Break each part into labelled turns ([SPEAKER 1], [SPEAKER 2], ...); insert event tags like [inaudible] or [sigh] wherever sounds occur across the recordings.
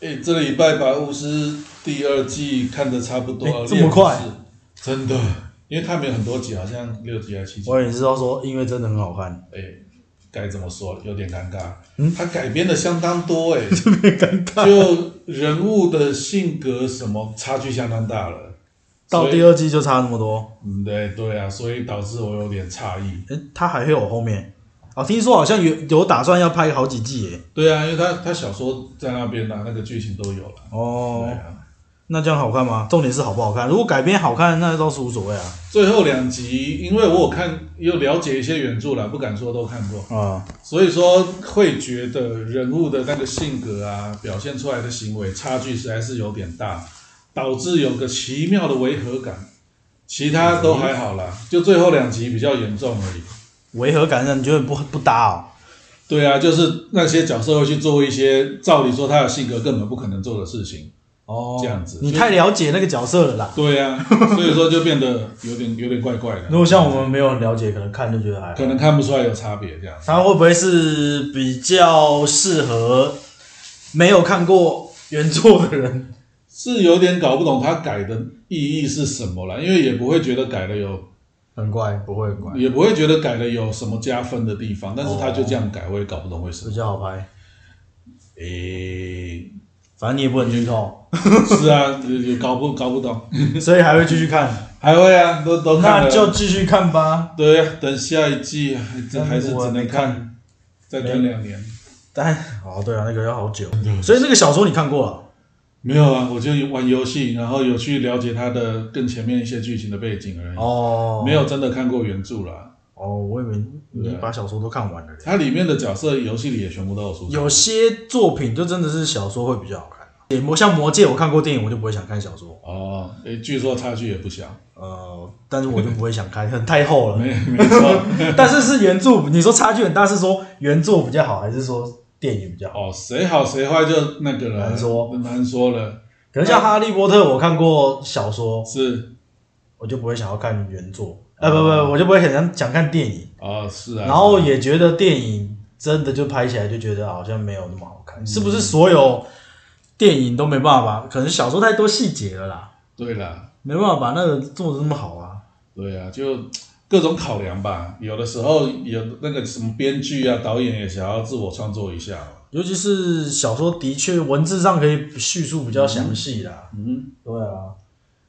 [SPEAKER 1] 哎、这礼拜把巫师第二季看的差不多了，
[SPEAKER 2] 哎这么快
[SPEAKER 1] 猎巫师？真的，因为它没有很多集，好啊像六集还是七集。
[SPEAKER 2] 我也是要说，因为真的很好看，
[SPEAKER 1] 哎、该怎么说？有点尴尬。
[SPEAKER 2] 嗯
[SPEAKER 1] 它改编的相当多、哎，
[SPEAKER 2] 特别尴尬。
[SPEAKER 1] 就人物的性格什么差距相当大了。
[SPEAKER 2] 到第
[SPEAKER 1] 二，
[SPEAKER 2] 二季就差那么多，
[SPEAKER 1] 嗯，对对啊，所以导致我有点诧异。
[SPEAKER 2] 诶，他还会有后面啊？听说好像有有打算要拍好几季耶。
[SPEAKER 1] 对啊，因为他他小说在那边啊，那个剧情都有了。对
[SPEAKER 2] 哦，
[SPEAKER 1] 啊，
[SPEAKER 2] 那这样好看吗？重点是好不好看。如果改编好看，那倒是无所谓啊。
[SPEAKER 1] 最后两集，因为我有看，又了解一些原著啦，不敢说都看过，
[SPEAKER 2] 啊、
[SPEAKER 1] 所以说会觉得人物的那个性格啊，表现出来的行为差距实在是有点大，导致有个奇妙的违和感。其他都还好啦，就最后两集比较严重而已。
[SPEAKER 2] 违和感让你觉得不不搭哦。
[SPEAKER 1] 对啊，就是那些角色会去做一些照理说他的性格根本不可能做的事情。
[SPEAKER 2] 哦
[SPEAKER 1] 这样子
[SPEAKER 2] 你太了解那个角色了啦。
[SPEAKER 1] 对啊，所以说就变得有点 [laughs] 有点怪怪的。
[SPEAKER 2] 如果像我们没有很了解，可能看就觉得还好
[SPEAKER 1] 可。能看不出来有差别这样。
[SPEAKER 2] 他会不会是比较适合没有看过原作的人？ [laughs]
[SPEAKER 1] 是有点搞不懂他改的意义是什么了，因为也不会觉得改了有，
[SPEAKER 2] 很怪，不会很怪，
[SPEAKER 1] 也不会觉得改了有什么加分的地方，但是他就这样改，我也搞不懂为什
[SPEAKER 2] 比
[SPEAKER 1] 么。
[SPEAKER 2] 较好拍。
[SPEAKER 1] 诶、
[SPEAKER 2] 反正你也不能剧透，
[SPEAKER 1] 是啊，也搞不搞不懂，
[SPEAKER 2] 所以还会继续看。
[SPEAKER 1] 还会啊，都都看
[SPEAKER 2] 那
[SPEAKER 1] 了，
[SPEAKER 2] 就继续看吧。嗯
[SPEAKER 1] 对啊，等下一季还这还是只能看，再等两年。
[SPEAKER 2] 但哦，对啊，那个要好久。
[SPEAKER 1] 嗯
[SPEAKER 2] 所以那个小说你看过了？
[SPEAKER 1] 没有啊，我就玩游戏，然后有去了解它的更前面一些剧情的背景而已，
[SPEAKER 2] 哦，
[SPEAKER 1] 没有啊真的看过原著啦。
[SPEAKER 2] 哦，我以为你把小说都看完了。
[SPEAKER 1] 它里面的角色游戏里也全部都有出现。
[SPEAKER 2] 有些作品就真的是小说会比较好看。也魔像《魔戒》，我看过电影，我就不会想看小说。
[SPEAKER 1] 哦，诶，据说差距也不小，
[SPEAKER 2] 呃，但是我就不会想看，很太厚
[SPEAKER 1] [laughs]
[SPEAKER 2] 了。
[SPEAKER 1] 没没
[SPEAKER 2] [laughs]
[SPEAKER 1] 错。
[SPEAKER 2] 但是是原著，你说差距很大，是说原著比较好，还是说电影比较好？
[SPEAKER 1] 哦，谁好谁坏就那个了，
[SPEAKER 2] 难说
[SPEAKER 1] 难说了。
[SPEAKER 2] 可能像《哈利波特》，我看过小说，
[SPEAKER 1] 是
[SPEAKER 2] 我就不会想要看原作，呃，不不，我就不会很想想看电影，
[SPEAKER 1] 哦，是啊。
[SPEAKER 2] 然后也觉得电影真的就拍起来就觉得好像没有那么好看，是不是？所有电影都没办法把，可能小说太多细节了啦，
[SPEAKER 1] 对啦，
[SPEAKER 2] 没办法把那个做的那么好啊。
[SPEAKER 1] 对啊，就各种考量吧。有的时候有那个什么编剧啊、导演也想要自我创作一下嘛。
[SPEAKER 2] 尤其是小说，的确文字上可以叙述比较详细啦。
[SPEAKER 1] 嗯，
[SPEAKER 2] 对啊，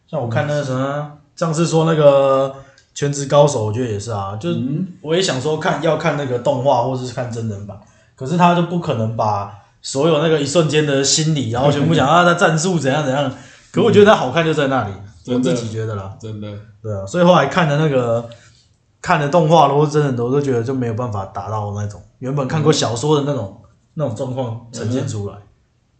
[SPEAKER 2] 像我看那个什么，上次说那个《全职高手》，我觉得也是啊，就是
[SPEAKER 1] 嗯
[SPEAKER 2] 我也想说看要看那个动画或者是看真人版，可是他就不可能把所有那个一瞬间的心理，然后全
[SPEAKER 1] [laughs]
[SPEAKER 2] 部讲啊他战术怎样怎样，可我觉得他好看就在那里，我
[SPEAKER 1] 嗯真的
[SPEAKER 2] 自己觉得啦，
[SPEAKER 1] 真的，
[SPEAKER 2] 对啊，所以后来看的那个。看的动画或者真人的，我都觉得就没有办法达到那种原本看过小说的
[SPEAKER 1] 嗯
[SPEAKER 2] 那种那种状况呈现出来。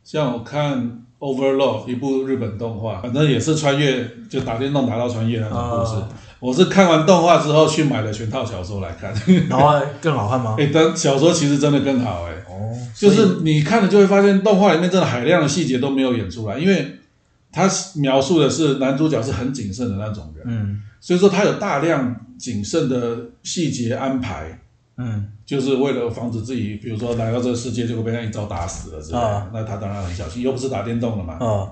[SPEAKER 1] 像我看《Overlord》一部日本动画，反正也是穿越，就打电动打到穿越那种故事。
[SPEAKER 2] 啊
[SPEAKER 1] 我是看完动画之后去买了全套小说来看。
[SPEAKER 2] 然后还更好看
[SPEAKER 1] [laughs]
[SPEAKER 2] 吗？
[SPEAKER 1] 哎、但小说其实真的更好哎、
[SPEAKER 2] 哦，
[SPEAKER 1] 就是你看了就会发现，动画里面真的海量的细节都没有演出来，因为他描述的是男主角是很谨慎的那种人，
[SPEAKER 2] 嗯
[SPEAKER 1] 所以说他有大量谨慎的细节安排，
[SPEAKER 2] 嗯，
[SPEAKER 1] 就是为了防止自己，比如说来到这个世界就会被他一招打死了之类的。
[SPEAKER 2] 啊
[SPEAKER 1] 那他当然很小心，又不是打电动的嘛。
[SPEAKER 2] 啊，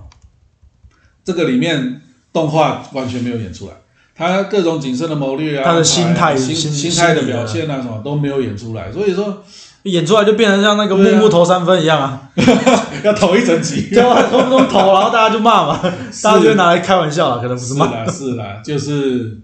[SPEAKER 1] 这个里面动画完全没有演出来，他各种谨慎的谋略啊，
[SPEAKER 2] 他的心态
[SPEAKER 1] 安排啊心
[SPEAKER 2] 心
[SPEAKER 1] 心态的
[SPEAKER 2] 心理啊
[SPEAKER 1] 表现啊，什么都没有演出来，所以说
[SPEAKER 2] 演出来就变成像那个
[SPEAKER 1] 对啊
[SPEAKER 2] 木木投三分一
[SPEAKER 1] [laughs]
[SPEAKER 2] 样啊，
[SPEAKER 1] 要投一整
[SPEAKER 2] [laughs]
[SPEAKER 1] 集。
[SPEAKER 2] 就通通投，然后大家就骂嘛，大家就拿来开玩笑了，可能不是
[SPEAKER 1] 是
[SPEAKER 2] 骂，
[SPEAKER 1] 啦，是啦，就是，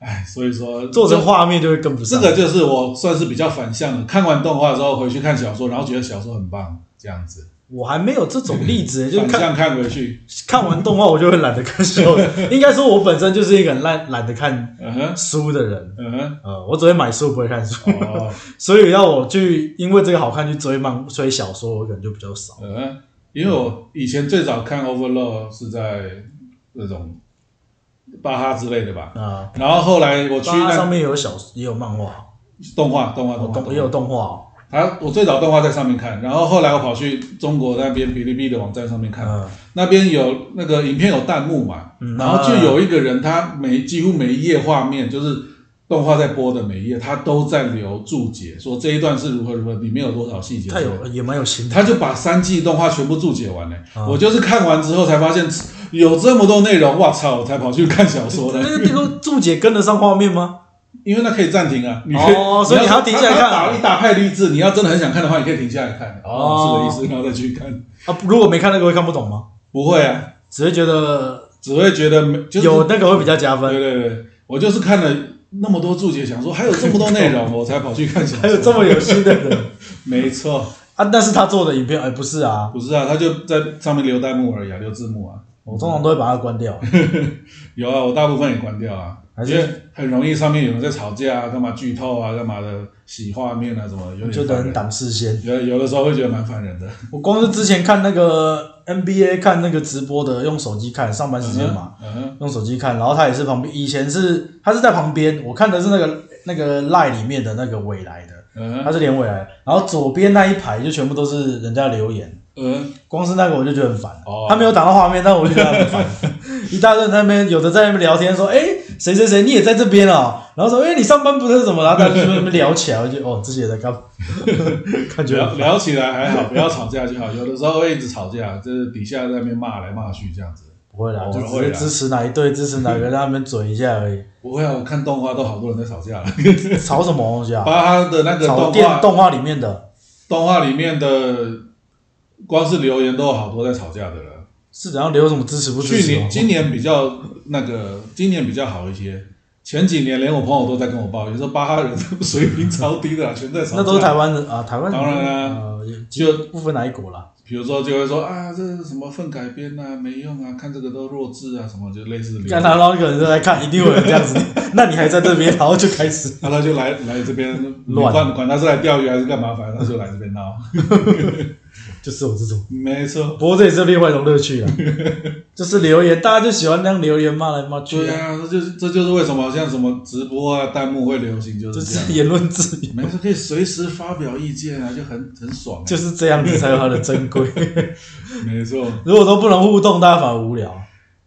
[SPEAKER 1] 哎，所以说
[SPEAKER 2] 做成画面就会跟不
[SPEAKER 1] 这
[SPEAKER 2] 上。
[SPEAKER 1] 个就是我算是比较反向的。看完动画之后回去看小说，然后觉得小说很棒，这样子
[SPEAKER 2] 我还没有这种例子、就是
[SPEAKER 1] 反
[SPEAKER 2] 看
[SPEAKER 1] 向看回去。
[SPEAKER 2] 看完动画我就会懒得看小说。 [laughs] 应该说，我本身就是一个很懒懒得看
[SPEAKER 1] 嗯哼，
[SPEAKER 2] 书的人，
[SPEAKER 1] 嗯
[SPEAKER 2] 呃，我只会买书不会看书，
[SPEAKER 1] 哼，哦，
[SPEAKER 2] [laughs] 所以要我去因为这个好看去追漫追小说，我可能就比较少。
[SPEAKER 1] 嗯哼，因为我以前最早看 Overlord 是在那种巴哈之类的吧，
[SPEAKER 2] 啊、
[SPEAKER 1] 然后后来我去
[SPEAKER 2] 它上
[SPEAKER 1] 那
[SPEAKER 2] 面有小也有漫画，
[SPEAKER 1] 动画，动画，
[SPEAKER 2] 哦
[SPEAKER 1] 动画，
[SPEAKER 2] 动也有动画、哦，
[SPEAKER 1] 他我最早动画在上面看，然后后来我跑去中国那边哔哩哔哩的网站上面看，
[SPEAKER 2] 嗯
[SPEAKER 1] 那边有那个影片有弹幕嘛，
[SPEAKER 2] 嗯
[SPEAKER 1] 然后就有一个人他每几乎每一页画面就是动画在播的每一页，他都在留注解，说这一段是如何如何，里面有多少细节之
[SPEAKER 2] 太
[SPEAKER 1] 类的。
[SPEAKER 2] 有也蛮有心态，
[SPEAKER 1] 他就把三季动画全部注解完了、
[SPEAKER 2] 啊
[SPEAKER 1] 我就是看完之后才发现有这么多内容，哇操！我才跑去看小说的，
[SPEAKER 2] 那 [laughs] 个那个注解跟得上画面吗？
[SPEAKER 1] 因为那可以暂停啊，你可以
[SPEAKER 2] 哦所以你还要停下来
[SPEAKER 1] 他他
[SPEAKER 2] 看
[SPEAKER 1] 打一打派绿字，你要真的很想看的话，你可以停下来看，
[SPEAKER 2] 哦
[SPEAKER 1] 哦，是这个意思，然后再去看。
[SPEAKER 2] 啊，如果没看那个会看不懂吗？
[SPEAKER 1] 不会啊，
[SPEAKER 2] 只会觉得
[SPEAKER 1] 只会觉得没就是
[SPEAKER 2] 有那个会比较加
[SPEAKER 1] 对
[SPEAKER 2] 分，
[SPEAKER 1] 对对，我就是看了那么多注解，想说还有这么多内
[SPEAKER 2] [laughs]
[SPEAKER 1] 容，我才跑去看小说。
[SPEAKER 2] 还有这么有心的人
[SPEAKER 1] 没错，
[SPEAKER 2] 啊！但是他做的影片，哎，不是啊，
[SPEAKER 1] 不是啊，他就在上面留弹幕而已啊，留字幕啊。
[SPEAKER 2] 我通常都会把它
[SPEAKER 1] [laughs]
[SPEAKER 2] 关掉，
[SPEAKER 1] 有啊，我大部分也关掉啊，
[SPEAKER 2] 还是
[SPEAKER 1] 因为很容易上面有人在吵架啊，干嘛剧透啊，干嘛的洗画面啊，什么有
[SPEAKER 2] 就
[SPEAKER 1] 点
[SPEAKER 2] 等
[SPEAKER 1] 烦
[SPEAKER 2] 人
[SPEAKER 1] 人。
[SPEAKER 2] 挡视线。
[SPEAKER 1] 有有的时候会觉得蛮烦人的。
[SPEAKER 2] 我光是之前看那个 NBA 看那个直播的，用手机看，上班时间嘛，
[SPEAKER 1] 嗯哼，
[SPEAKER 2] 用手机看，然后他也是旁边，以前是他是在旁边，我看的是那个那个 line 里面的那个未来的，
[SPEAKER 1] 嗯哼，
[SPEAKER 2] 他是连未来，然后左边那一排就全部都是人家留言，
[SPEAKER 1] 嗯哼，
[SPEAKER 2] 光是那个我就觉得很烦。
[SPEAKER 1] 哦
[SPEAKER 2] 他没有打到画面，但我就觉得很烦。
[SPEAKER 1] [laughs]
[SPEAKER 2] 一大堆在那边有的在那边聊天说，哎、谁谁谁你也在这边哦，然后说，哎、你上班不是怎么啦？大家就在那边聊起来，我就哦，这些人
[SPEAKER 1] [laughs]
[SPEAKER 2] 在干嘛？感觉
[SPEAKER 1] 聊聊起来还好，不要吵架就好。有的时候会一直吵架，就是底下在那边骂来骂去这样子。
[SPEAKER 2] 不会啦，
[SPEAKER 1] 偶
[SPEAKER 2] 就
[SPEAKER 1] 尔
[SPEAKER 2] 只
[SPEAKER 1] 哦会
[SPEAKER 2] 是
[SPEAKER 1] 啦
[SPEAKER 2] 支持哪一队，支持哪个，让他们嘴一下而已。
[SPEAKER 1] 不会啊，我看动画都好多人在吵架了。
[SPEAKER 2] 吵什么东 [laughs] 西啊？
[SPEAKER 1] 把 [laughs] 他的那个
[SPEAKER 2] 吵
[SPEAKER 1] 动
[SPEAKER 2] 电
[SPEAKER 1] 画
[SPEAKER 2] 动画里面的，
[SPEAKER 1] 动画里面的，光是留言都有好多在吵架的了。
[SPEAKER 2] 是怎样留什么支持不支
[SPEAKER 1] 去
[SPEAKER 2] 持哦？
[SPEAKER 1] 年、今年比较那个，今年比较好一些。前几年连我朋友都在跟我抱怨说，巴哈人 [laughs] 水平超低的啊，全在吵架。
[SPEAKER 2] 那都是台湾的啊，台湾
[SPEAKER 1] 当然啦
[SPEAKER 2] 呃，也
[SPEAKER 1] 就
[SPEAKER 2] 不分哪一国啦。
[SPEAKER 1] 比如说就会说啊，这是什么粪改编啊，没用啊，看这个都弱智啊，什么就类似的。
[SPEAKER 2] 干他，然后一个人在看，一定会有人这样子。 [laughs] 那你还在这边，然后就开始
[SPEAKER 1] 那他就来来这边
[SPEAKER 2] 乱
[SPEAKER 1] 管管他是来钓鱼还是干嘛，反正他就来这边闹。
[SPEAKER 2] 就是我这种。
[SPEAKER 1] 没错，
[SPEAKER 2] 不过这也是另外一种乐趣
[SPEAKER 1] [laughs]
[SPEAKER 2] 啊，就是留言，大家就喜欢这样留言骂来骂去
[SPEAKER 1] 对，啊，这就是这就是为什么像什么直播啊、弹幕会流行，就
[SPEAKER 2] [laughs] 就是
[SPEAKER 1] 这样
[SPEAKER 2] 是。言论自由，
[SPEAKER 1] 没事，可以随时发表意见啊，就很很爽、
[SPEAKER 2] 就是是这样子才有它的珍贵。 [laughs]
[SPEAKER 1] 没错，
[SPEAKER 2] 如果说不能互动，大家反而无聊。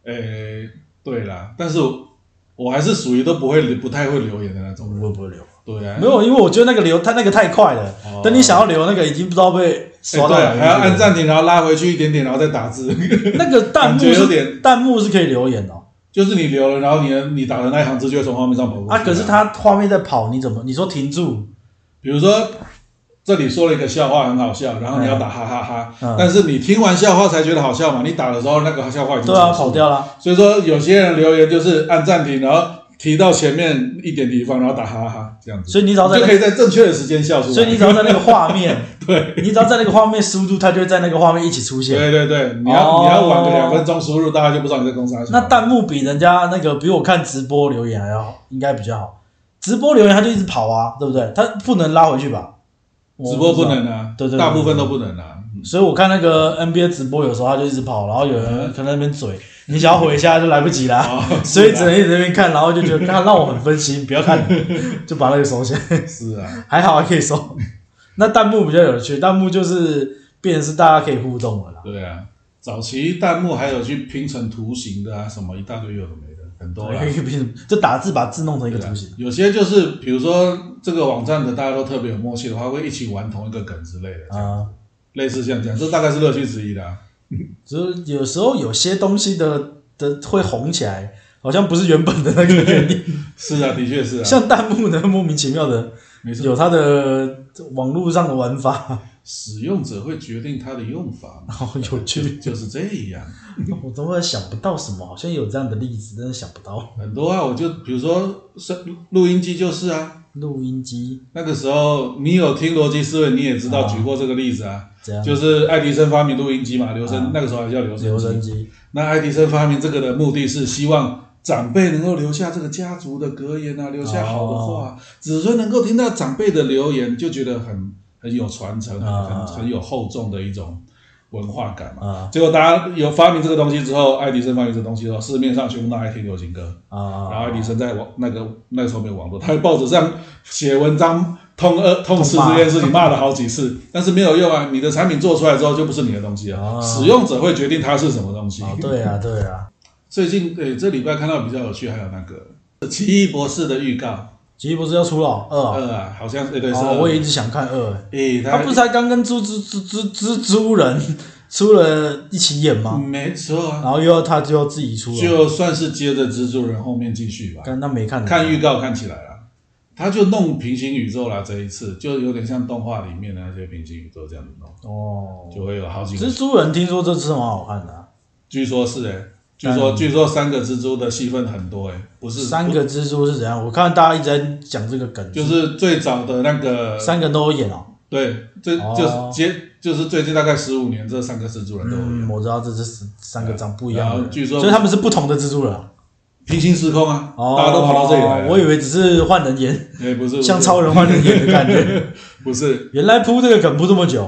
[SPEAKER 1] 诶、对啦，但是我我还是属于都不会不太会留言的那种
[SPEAKER 2] 不
[SPEAKER 1] 人。
[SPEAKER 2] 会不会留？
[SPEAKER 1] 对啊，
[SPEAKER 2] 没有，因为我觉得那个留他那个太快了
[SPEAKER 1] 哦，
[SPEAKER 2] 等你想要留那个已经不知道被
[SPEAKER 1] 诶
[SPEAKER 2] 刷到
[SPEAKER 1] 对
[SPEAKER 2] 哪
[SPEAKER 1] 啊，
[SPEAKER 2] 里去
[SPEAKER 1] 还要按
[SPEAKER 2] 了。
[SPEAKER 1] 暂停，然后拉回去一点点，然后再打字。 [laughs]
[SPEAKER 2] 那个弹
[SPEAKER 1] 感
[SPEAKER 2] 幕
[SPEAKER 1] 觉有
[SPEAKER 2] 是
[SPEAKER 1] 点
[SPEAKER 2] 弹幕是可以留言哦，
[SPEAKER 1] 就是你留了，然后你的你打的那一行字就会从画面上跑过去
[SPEAKER 2] 啊，可是，他画面在跑，你怎么你说停住？
[SPEAKER 1] 比如说这里说了一个笑话很好笑，然后你要打哈哈哈，
[SPEAKER 2] 嗯
[SPEAKER 1] 但是你听完笑话才觉得好笑嘛，你打的时候那个笑话已经
[SPEAKER 2] 对
[SPEAKER 1] 结
[SPEAKER 2] 啊，
[SPEAKER 1] 束了
[SPEAKER 2] 跑。掉了。
[SPEAKER 1] 所以说有些人留言就是按暂停，然后提到前面一点地方，然后打哈哈哈这样子，
[SPEAKER 2] 所以你只要在
[SPEAKER 1] 就可以在正确的时间笑出来。
[SPEAKER 2] 所以你只要在那个画面，
[SPEAKER 1] [laughs] 对
[SPEAKER 2] 你只要在那个画面输入，它就会在那个画面一起出现。
[SPEAKER 1] 对对对，你要、
[SPEAKER 2] 哦
[SPEAKER 1] 你要晚个两分钟输入，大家就不知道你在公司啥。
[SPEAKER 2] 那弹幕比人家那个比我看直播留言还要好，应该比较好。直播留言它就一直跑啊，对不对？它不能拉回去吧？
[SPEAKER 1] 直播不
[SPEAKER 2] 我知道。
[SPEAKER 1] 能啊，
[SPEAKER 2] 对对对
[SPEAKER 1] 大部分都不能啊。嗯
[SPEAKER 2] 所以我看那个 NBA 直播，有时候它就一直跑，然后有人可能在那边嘴，你想要回一下就来不及啦，
[SPEAKER 1] 嗯哦
[SPEAKER 2] [laughs] 所以只能一直在那边看，然后就觉得看让我很分心，不要看了， [laughs] 就把那个收起来。 [laughs]
[SPEAKER 1] 是啊，
[SPEAKER 2] 还好还可以收。那弹幕比较有趣，弹幕就是变成是大家可以互动了啦。
[SPEAKER 1] 对啊，早期弹幕还有去拼成图形的啊，什么一大堆有的没的，很多啦
[SPEAKER 2] 可。以变成就打字把字弄成一个
[SPEAKER 1] 对啊
[SPEAKER 2] 图形。
[SPEAKER 1] 有些就是比如说这个网站的大家都特别有默契的话，会一起玩同一个梗之类的，
[SPEAKER 2] 啊。
[SPEAKER 1] 类似像这样，这大概是乐趣之一啦、
[SPEAKER 2] 就是有时候有些东西的的会红起来，好像不是原本的那个
[SPEAKER 1] [laughs]
[SPEAKER 2] 原因。
[SPEAKER 1] 是啊，的确是啊，
[SPEAKER 2] 像弹幕呢，莫名其妙的
[SPEAKER 1] 没错，
[SPEAKER 2] 有它的网络上的玩法， [laughs]
[SPEAKER 1] 使用者会决定它的用法嘛，
[SPEAKER 2] 然后有趣。
[SPEAKER 1] 就是这样。
[SPEAKER 2] [laughs] 我怎么想不到什么？好像有这样的例子，但是想不到。
[SPEAKER 1] 很多啊，我就比如说声录音机就是啊，
[SPEAKER 2] 录音机
[SPEAKER 1] 那个时候你有听逻辑思维，你也知道
[SPEAKER 2] 啊
[SPEAKER 1] 举过这个例子啊，
[SPEAKER 2] 这样，
[SPEAKER 1] 就是爱迪生发明录音机嘛，留声、
[SPEAKER 2] 啊
[SPEAKER 1] 那个时候还叫留
[SPEAKER 2] 留
[SPEAKER 1] 声
[SPEAKER 2] 声
[SPEAKER 1] 机。
[SPEAKER 2] 机
[SPEAKER 1] 那爱迪生发明这个的目的是希望。长辈能够留下这个家族的格言啊，留下好的话，
[SPEAKER 2] 哦
[SPEAKER 1] 子孙能够听到长辈的留言，就觉得很很有传承，
[SPEAKER 2] 啊
[SPEAKER 1] 很很有厚重的一种文化感嘛。
[SPEAKER 2] 啊
[SPEAKER 1] 结果大家有发明这个东西之后，爱迪生发明这个东西之后，市面上全部都爱听流行歌，然后
[SPEAKER 2] 啊
[SPEAKER 1] 爱迪生在网那个那时候没有网络，他在报纸上写文章痛恶痛斥这件事情，骂了好几次，但是没有用啊！你的产品做出来之后就不是你的东西
[SPEAKER 2] 啊
[SPEAKER 1] 了，使用者会决定它是什么东西。
[SPEAKER 2] 啊！对啊，对啊，
[SPEAKER 1] 最近对这礼拜看到比较有趣，还有那个《奇异博士》的预告，
[SPEAKER 2] 奇异博士要出了二啊，
[SPEAKER 1] 二啊，好像是对对是
[SPEAKER 2] 哦，
[SPEAKER 1] 二。
[SPEAKER 2] 我也一直想看二，哎
[SPEAKER 1] 诶，
[SPEAKER 2] 他不是才刚跟蜘蜘蜘蜘蜘蜘蛛人出了一起演吗？
[SPEAKER 1] 没错啊，
[SPEAKER 2] 然后又要他就要自己出了，
[SPEAKER 1] 就算是接着蜘蛛人后面继续吧。
[SPEAKER 2] 看那没看的
[SPEAKER 1] 看预告看起来啦，他就弄平行宇宙啦，这一次就有点像动画里面的那些平行宇宙这样子弄，
[SPEAKER 2] 哦，
[SPEAKER 1] 就会有好几个。
[SPEAKER 2] 蜘蛛人听说这次蛮好看的啊、
[SPEAKER 1] 据说是诶、据说据说三个蜘蛛的戏份很多诶、不是
[SPEAKER 2] 三个蜘蛛是怎样？我看大家一直在讲这个梗，
[SPEAKER 1] 就是最早的那个
[SPEAKER 2] 三个都有演哦。
[SPEAKER 1] 对，最
[SPEAKER 2] 哦
[SPEAKER 1] 就是接就是最近大概十五年，这三个蜘蛛人都有演
[SPEAKER 2] 嗯，我知道这是三三个长不一
[SPEAKER 1] 然
[SPEAKER 2] 样
[SPEAKER 1] 后
[SPEAKER 2] 的，
[SPEAKER 1] 据说
[SPEAKER 2] 所以他们是不同的蜘蛛人啊。
[SPEAKER 1] 平行时空啊，
[SPEAKER 2] 哦，
[SPEAKER 1] 大家都跑到这里来了。
[SPEAKER 2] 我以为只是换人演，
[SPEAKER 1] 也不是不是
[SPEAKER 2] 像超人换人演的感
[SPEAKER 1] [laughs]
[SPEAKER 2] 觉。
[SPEAKER 1] 不是
[SPEAKER 2] 原来铺这个梗铺这么久，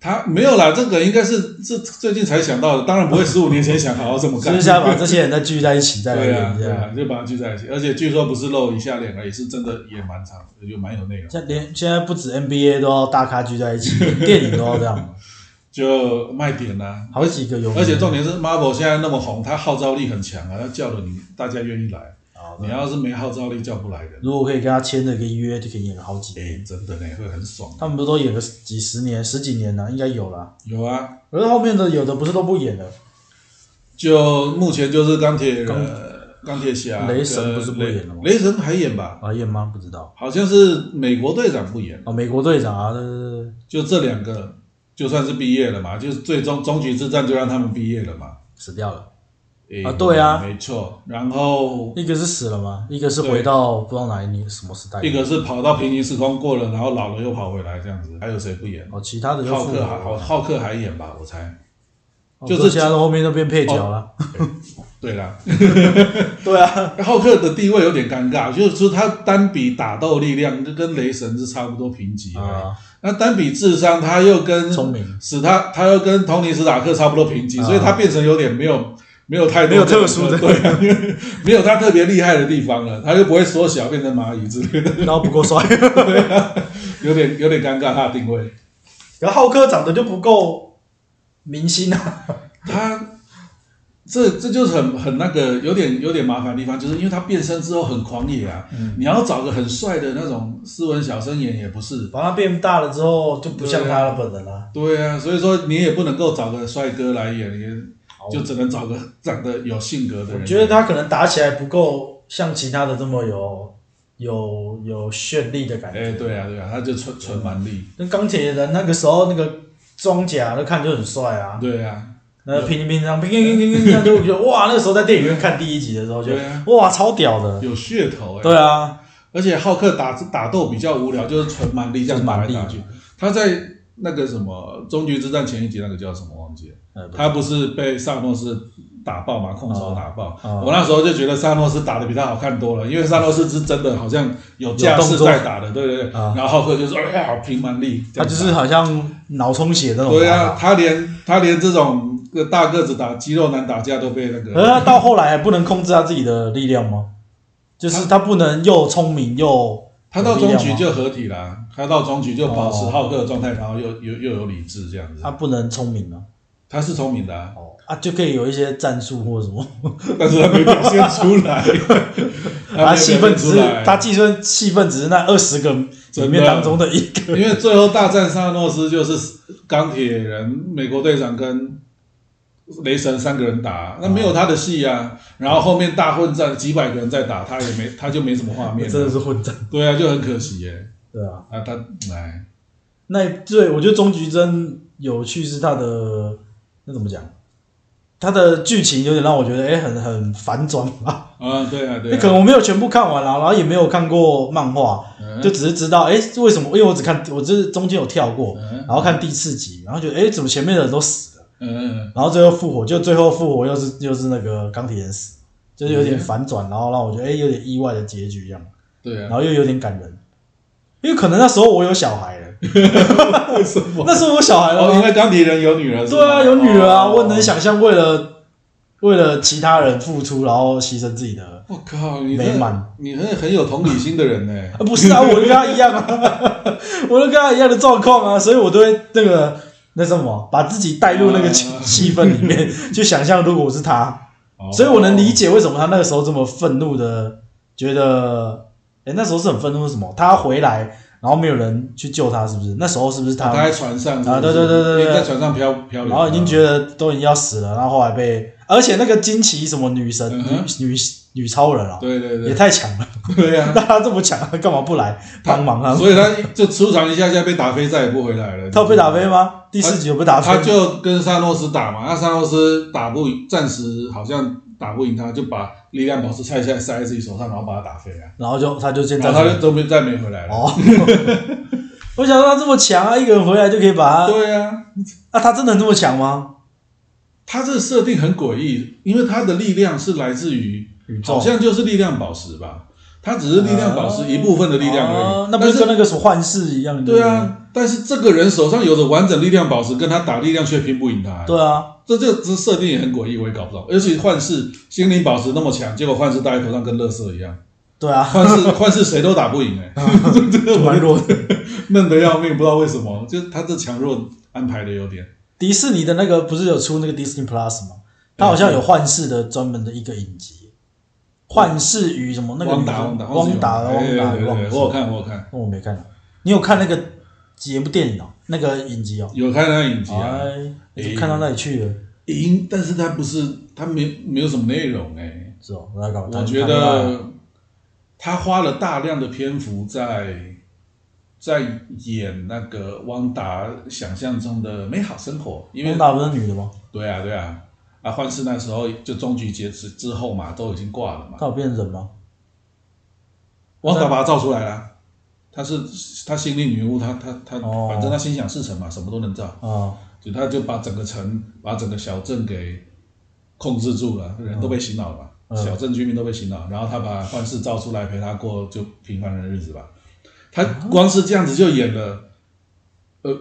[SPEAKER 1] 他没有啦，这个应该是是最近才想到的，当然不会十五年前想好好这么
[SPEAKER 2] 只
[SPEAKER 1] 干
[SPEAKER 2] 是。想把这些人再聚在一起，再来
[SPEAKER 1] 对啊，
[SPEAKER 2] 演一
[SPEAKER 1] 对
[SPEAKER 2] 下。
[SPEAKER 1] 啊，就把它聚在一起，而且据说不是露一下脸而已，是真的也蛮长，就蛮有内容。
[SPEAKER 2] 像连现在不止 NBA 都要大咖聚在一起， [laughs] 电影都要这样，
[SPEAKER 1] 就卖点啦、
[SPEAKER 2] 好几个有名的。
[SPEAKER 1] 而且重点是，Marvel 现在那么红，它号召力很强啊，它叫了你，大家愿意来。
[SPEAKER 2] 好
[SPEAKER 1] 你要是没号召力，叫不来人。
[SPEAKER 2] 如果可以跟他签了个约，就可以演好几
[SPEAKER 1] 哎、
[SPEAKER 2] 年。
[SPEAKER 1] 真的呢，会很爽。啊
[SPEAKER 2] 他们不都演个几十年、十几年了、应该有啦。
[SPEAKER 1] 有啊，
[SPEAKER 2] 可是后面的有的不是都不演了，
[SPEAKER 1] 就目前就是钢铁人、钢铁侠、
[SPEAKER 2] 雷神
[SPEAKER 1] 跟
[SPEAKER 2] 不是不演了吗
[SPEAKER 1] 雷雷神还演吧？
[SPEAKER 2] 啊，演吗？不知道。
[SPEAKER 1] 好像是美国队长不演，
[SPEAKER 2] 哦，美国队长啊，对对对，
[SPEAKER 1] 就这两个，就算是毕业了嘛，就是最终终局之战就让他们毕业了嘛。
[SPEAKER 2] 死掉了。
[SPEAKER 1] 哎
[SPEAKER 2] 啊对啊
[SPEAKER 1] 没错。然后
[SPEAKER 2] 一个是死了吗？一个是
[SPEAKER 1] 对
[SPEAKER 2] 回到不知道哪一年什么时代。
[SPEAKER 1] 一个是跑到平行时空过了，然后老了又跑回来这样子。还有谁不演？
[SPEAKER 2] 哦，其他的就嗯
[SPEAKER 1] 浩
[SPEAKER 2] 复活
[SPEAKER 1] 克还
[SPEAKER 2] 了
[SPEAKER 1] 好，浩克还演吧，我猜。
[SPEAKER 2] 哦
[SPEAKER 1] 就是
[SPEAKER 2] 不其他的后面都变配角了。
[SPEAKER 1] 对啦，
[SPEAKER 2] 哦对啊，
[SPEAKER 1] 浩克的地位有点尴尬，就是说他单比打斗力量就跟雷神是差不多平级的。
[SPEAKER 2] 啊，
[SPEAKER 1] 那单比智商，他又跟
[SPEAKER 2] 聪明，
[SPEAKER 1] 使他他又跟同尼史塔克差不多平级，
[SPEAKER 2] 啊
[SPEAKER 1] 所以他变成有点没有没有太多
[SPEAKER 2] 没有特殊的
[SPEAKER 1] 对、啊，因为没有他特别厉害的地方了，他就不会缩小变成蚂蚁之类的，啊
[SPEAKER 2] 然后不够帅。
[SPEAKER 1] 有点有点尴尬他的定位。
[SPEAKER 2] 可浩克长得就不够明星啊。
[SPEAKER 1] 他这这就是很很那个有点有点麻烦的地方，就是因为他变身之后很狂野啊，
[SPEAKER 2] 嗯
[SPEAKER 1] 你要找个很帅的那种斯文小生演也不是，
[SPEAKER 2] [laughs] 把他变大了之后，就不像
[SPEAKER 1] 对
[SPEAKER 2] 他的本人了。
[SPEAKER 1] 对啊，所以说你也不能够找个帅哥来演，也
[SPEAKER 2] 好
[SPEAKER 1] 就只能找个长得有性格的人。
[SPEAKER 2] 哦我觉得他可能打起来不够像其他的这么有有有绚丽的感
[SPEAKER 1] 哎、
[SPEAKER 2] 觉。
[SPEAKER 1] 对啊，对啊，他就纯纯蛮力，
[SPEAKER 2] 跟钢铁人那个时候那个装甲，那看就很帅啊。
[SPEAKER 1] 对啊，
[SPEAKER 2] 那乒乒乓乓，乒乒乒乒乓乓，就觉得哇，那时候在电影院看第一集的时候就
[SPEAKER 1] 对啊
[SPEAKER 2] 哇超屌的，
[SPEAKER 1] 有噱头哎、
[SPEAKER 2] 对啊，
[SPEAKER 1] 而且浩克打打斗比较无聊，就是纯蛮力这样打来打
[SPEAKER 2] 就是
[SPEAKER 1] 去。他在那个什么终局之战前一集那个叫什么忘记了，
[SPEAKER 2] 呃不
[SPEAKER 1] 他不是被萨诺斯打爆嘛，空手打爆。
[SPEAKER 2] 哦
[SPEAKER 1] 我那时候就觉得萨诺斯打的比他好看多了，因为萨诺斯是真的好像有架
[SPEAKER 2] 有动
[SPEAKER 1] 势
[SPEAKER 2] 作
[SPEAKER 1] 在打的，对对对。
[SPEAKER 2] 啊
[SPEAKER 1] 然后浩克就说：“哎呀，凭蛮力。”这样打
[SPEAKER 2] 他就是好像脑充血那种，
[SPEAKER 1] 对啊，，他连他连这种个大个子打肌肉男打架都被那
[SPEAKER 2] 而
[SPEAKER 1] 个
[SPEAKER 2] 他到后来还不能控制他自己的力量吗？就是他不能又聪明又
[SPEAKER 1] 他到中局
[SPEAKER 2] 有力
[SPEAKER 1] 就合体啦，他到中局就保持
[SPEAKER 2] 哦
[SPEAKER 1] 浩克的状态，然后又又又有理智这样子
[SPEAKER 2] 他。不能聪明啊，
[SPEAKER 1] 他是聪明的、啊，
[SPEAKER 2] 哦啊就可以有一些战术或什么，
[SPEAKER 1] 但是他没表现出来，
[SPEAKER 2] [laughs]
[SPEAKER 1] 没有
[SPEAKER 2] 他戏份
[SPEAKER 1] 表现出
[SPEAKER 2] 只是
[SPEAKER 1] 来
[SPEAKER 2] 他计算戏份只是那二十个里面当中的一
[SPEAKER 1] [laughs]
[SPEAKER 2] 个，
[SPEAKER 1] 因为最后大战萨诺斯就是钢铁人、美国队长跟雷神三个人打，那没
[SPEAKER 2] 哦
[SPEAKER 1] 有他的戏啊。然后后面大混战，几百个人在打，他也没他就没什么画面啊
[SPEAKER 2] [laughs] 啊真的
[SPEAKER 1] 了。
[SPEAKER 2] 是混战，
[SPEAKER 1] 对啊，就很可惜耶、
[SPEAKER 2] 对啊。
[SPEAKER 1] 啊，他哎，
[SPEAKER 2] 那对我觉得终局真有趣是它的那怎么讲？它的剧情有点让我觉得哎、诶很很反转吧。哎
[SPEAKER 1] 啊，对啊，对
[SPEAKER 2] 那可
[SPEAKER 1] 啊，
[SPEAKER 2] 能我没有全部看完啦，然后也没有看过漫画，
[SPEAKER 1] 嗯
[SPEAKER 2] 就只是知道哎、诶为什么？因为我只看我这中间有跳过，
[SPEAKER 1] 嗯
[SPEAKER 2] 然后看第四集，然后觉得哎、诶怎么前面的人都死了，
[SPEAKER 1] 嗯，
[SPEAKER 2] 然后最后复活，就最后复活又是又是那个钢铁人死，就是有
[SPEAKER 1] 嗯
[SPEAKER 2] 点反转，然后让我觉得哎、诶有点意外的结局这样，
[SPEAKER 1] 对
[SPEAKER 2] 然
[SPEAKER 1] 啊，
[SPEAKER 2] 后又有点感人，因为可能那时候我有小孩了，
[SPEAKER 1] 为什么？
[SPEAKER 2] 那时候我小孩了
[SPEAKER 1] 哦，
[SPEAKER 2] 吗
[SPEAKER 1] 因为钢铁人有女人，是吗
[SPEAKER 2] 对啊，有女儿啊，
[SPEAKER 1] 哦
[SPEAKER 2] 我能想象为了为了其他人付出，然后牺牲自己的，
[SPEAKER 1] 我靠，你
[SPEAKER 2] 美满
[SPEAKER 1] 这，你很很有同理心的人呢、
[SPEAKER 2] [laughs] 啊、不是
[SPEAKER 1] [laughs]
[SPEAKER 2] 啊，我就跟他一样啊， [laughs] 我就跟他一样的状况啊，所以我都会那个那什么，把自己带入那个气
[SPEAKER 1] 啊
[SPEAKER 2] 气氛里面，去想象如果我是他，
[SPEAKER 1] 哦
[SPEAKER 2] 所以我能理解为什么他那个时候这么愤怒的，觉得哎、那时候是很愤怒，是什么？他回来，然后没有人去救他，是不是？那时候是不是他？
[SPEAKER 1] 哦他在船上是
[SPEAKER 2] 啊
[SPEAKER 1] 不是
[SPEAKER 2] 对对对对
[SPEAKER 1] 因为
[SPEAKER 2] 对
[SPEAKER 1] 在船上漂漂流，
[SPEAKER 2] 然后已经觉得都已经要死了，然后后来被，而且那个惊奇什么女神、
[SPEAKER 1] 嗯哼
[SPEAKER 2] 女女女超人啊，
[SPEAKER 1] 对对
[SPEAKER 2] 也
[SPEAKER 1] 对， [laughs]
[SPEAKER 2] 太强了，
[SPEAKER 1] 对啊呀、
[SPEAKER 2] [laughs] 那他这么强，他干嘛不来帮忙啊？
[SPEAKER 1] 所以他就出场一下下被打飞，再也不回来了。
[SPEAKER 2] 他有被打飞吗？第四集有被打
[SPEAKER 1] 他
[SPEAKER 2] 飞？
[SPEAKER 1] 就跟沙诺斯打嘛，那沙诺斯打不赢，暂时好像打不赢他，就把力量宝石拆下来塞在自己手上，然后把他打飞啊，
[SPEAKER 2] 然后就他就现在
[SPEAKER 1] 然后他就都没再没回来了。
[SPEAKER 2] 哦，我想说他这么强啊，一个人回来就可以把他，
[SPEAKER 1] 对啊，
[SPEAKER 2] 啊，他真的这么强吗？
[SPEAKER 1] 他这个设定很诡异，因为他的力量是来自于，
[SPEAKER 2] 宇宙
[SPEAKER 1] 好像就是力量宝石吧，他只是力量宝石一部分的力量而
[SPEAKER 2] 哦
[SPEAKER 1] 已。
[SPEAKER 2] 那不
[SPEAKER 1] 但
[SPEAKER 2] 是跟那个什么幻视一样？
[SPEAKER 1] 对，啊，但是这个人手上有着完整力量宝石，跟他打力量却拼不赢他。
[SPEAKER 2] 对啊，
[SPEAKER 1] 这这这设定也很诡异，我也搞不懂。尤其幻视心灵宝石那么强，结果幻视戴在头上跟乐色一样，
[SPEAKER 2] 对啊， [laughs]
[SPEAKER 1] 幻视幻视谁都打不赢哎、这个我
[SPEAKER 2] 蛮弱的。
[SPEAKER 1] 闷得要命，不知道为什么，就是他这强弱安排的有点。
[SPEAKER 2] 迪士尼的那个不是有出那个 Disney Plus 吗？它好像有幻视的专门的一个影集，幻视与什么那个
[SPEAKER 1] 汪
[SPEAKER 2] 女
[SPEAKER 1] 达
[SPEAKER 2] 生
[SPEAKER 1] 汪达
[SPEAKER 2] 汪达
[SPEAKER 1] 哎
[SPEAKER 2] 汪
[SPEAKER 1] 对
[SPEAKER 2] 达
[SPEAKER 1] 对
[SPEAKER 2] 汪
[SPEAKER 1] 对，
[SPEAKER 2] 达
[SPEAKER 1] 我有看我有看，
[SPEAKER 2] 那我没看，你有看那个节目电影哦，那个影集哦？
[SPEAKER 1] 有看那个影集啊，
[SPEAKER 2] 哎，你怎么看到那里去了？
[SPEAKER 1] 赢，但是他不是他没没有什么内容哎、
[SPEAKER 2] 是哦，我在搞，
[SPEAKER 1] 我觉
[SPEAKER 2] 啊
[SPEAKER 1] 得他花了大量的篇幅在在演那个汪达想象中的美好生活，因为
[SPEAKER 2] 汪达不是女的吗？
[SPEAKER 1] 对啊对啊啊，幻视那时候就终局截止之后嘛，都已经挂了嘛，
[SPEAKER 2] 她有变人吗？
[SPEAKER 1] 汪达把他造出来了，他是他心力女巫，他他他，
[SPEAKER 2] 哦
[SPEAKER 1] 反正他心想事成嘛，什么都能造，
[SPEAKER 2] 啊，
[SPEAKER 1] 就他就把整个城把整个小镇给控制住了，人都被洗脑了嘛，
[SPEAKER 2] 嗯
[SPEAKER 1] 小镇居民都被洗脑，然后他把幻视造出来陪他过就平凡人的日子吧，他
[SPEAKER 2] 啊
[SPEAKER 1] 光是这样子就演了，呃，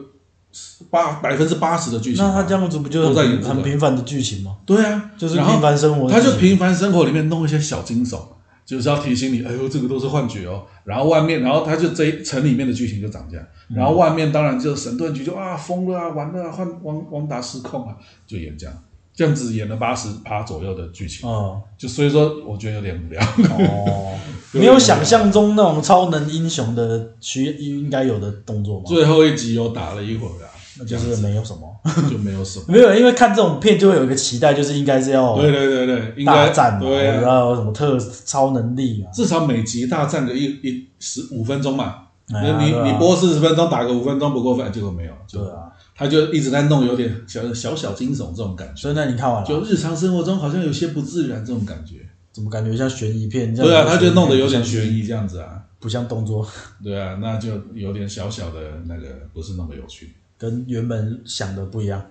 [SPEAKER 1] 八百分之八十的剧情吧，
[SPEAKER 2] 那她这样子不就
[SPEAKER 1] 都在演
[SPEAKER 2] 很
[SPEAKER 1] 这个
[SPEAKER 2] 很平凡的剧情吗？
[SPEAKER 1] 对啊，
[SPEAKER 2] 就是
[SPEAKER 1] 然后
[SPEAKER 2] 平凡生活的
[SPEAKER 1] 他
[SPEAKER 2] 剧情，
[SPEAKER 1] 就平凡生活里面弄一些小惊悚，就是要提醒你，哎呦，这个都是幻觉哦。然后外面，然后他就这一城里面的剧情就长这样，
[SPEAKER 2] 嗯
[SPEAKER 1] 然后外面当然就神盾局就啊疯了啊，完了啊，换汪汪达失控啊，就演这样，这样子演了八十趴左右的剧情，
[SPEAKER 2] 嗯。
[SPEAKER 1] 就所以说我觉得有点无聊。
[SPEAKER 2] 哦， [laughs] 没有想象中那种超能英雄的需应该有的动作吗？
[SPEAKER 1] 最后一集有打了一会儿啊，
[SPEAKER 2] 那就是没有什么，
[SPEAKER 1] 这样子就没有什么。
[SPEAKER 2] 没有，因为看这种片就会有一个期待，就是应该是要
[SPEAKER 1] 对对对对，应
[SPEAKER 2] 哦大
[SPEAKER 1] 该
[SPEAKER 2] 战嘛，
[SPEAKER 1] 对啊，
[SPEAKER 2] 然后有什么特超能力嘛，啊
[SPEAKER 1] 至少每集大战个一一十五分钟嘛。
[SPEAKER 2] 哎呀
[SPEAKER 1] 那你
[SPEAKER 2] 对啊
[SPEAKER 1] 你播四十分钟，打个五分钟不过分，哎结果没有，就
[SPEAKER 2] 对啊，
[SPEAKER 1] 他就一直在弄有点小小小惊悚这种感觉，
[SPEAKER 2] 所以那你看完了，
[SPEAKER 1] 就日常生活中好像有些不自然这种感觉。
[SPEAKER 2] 怎么感觉像悬疑片？
[SPEAKER 1] 对啊，他就弄得有点
[SPEAKER 2] 悬，
[SPEAKER 1] 悬疑这样子啊。
[SPEAKER 2] 不像动作，
[SPEAKER 1] 对啊，那就有点小小的那个不是那么有趣，
[SPEAKER 2] 跟原本想的不一样，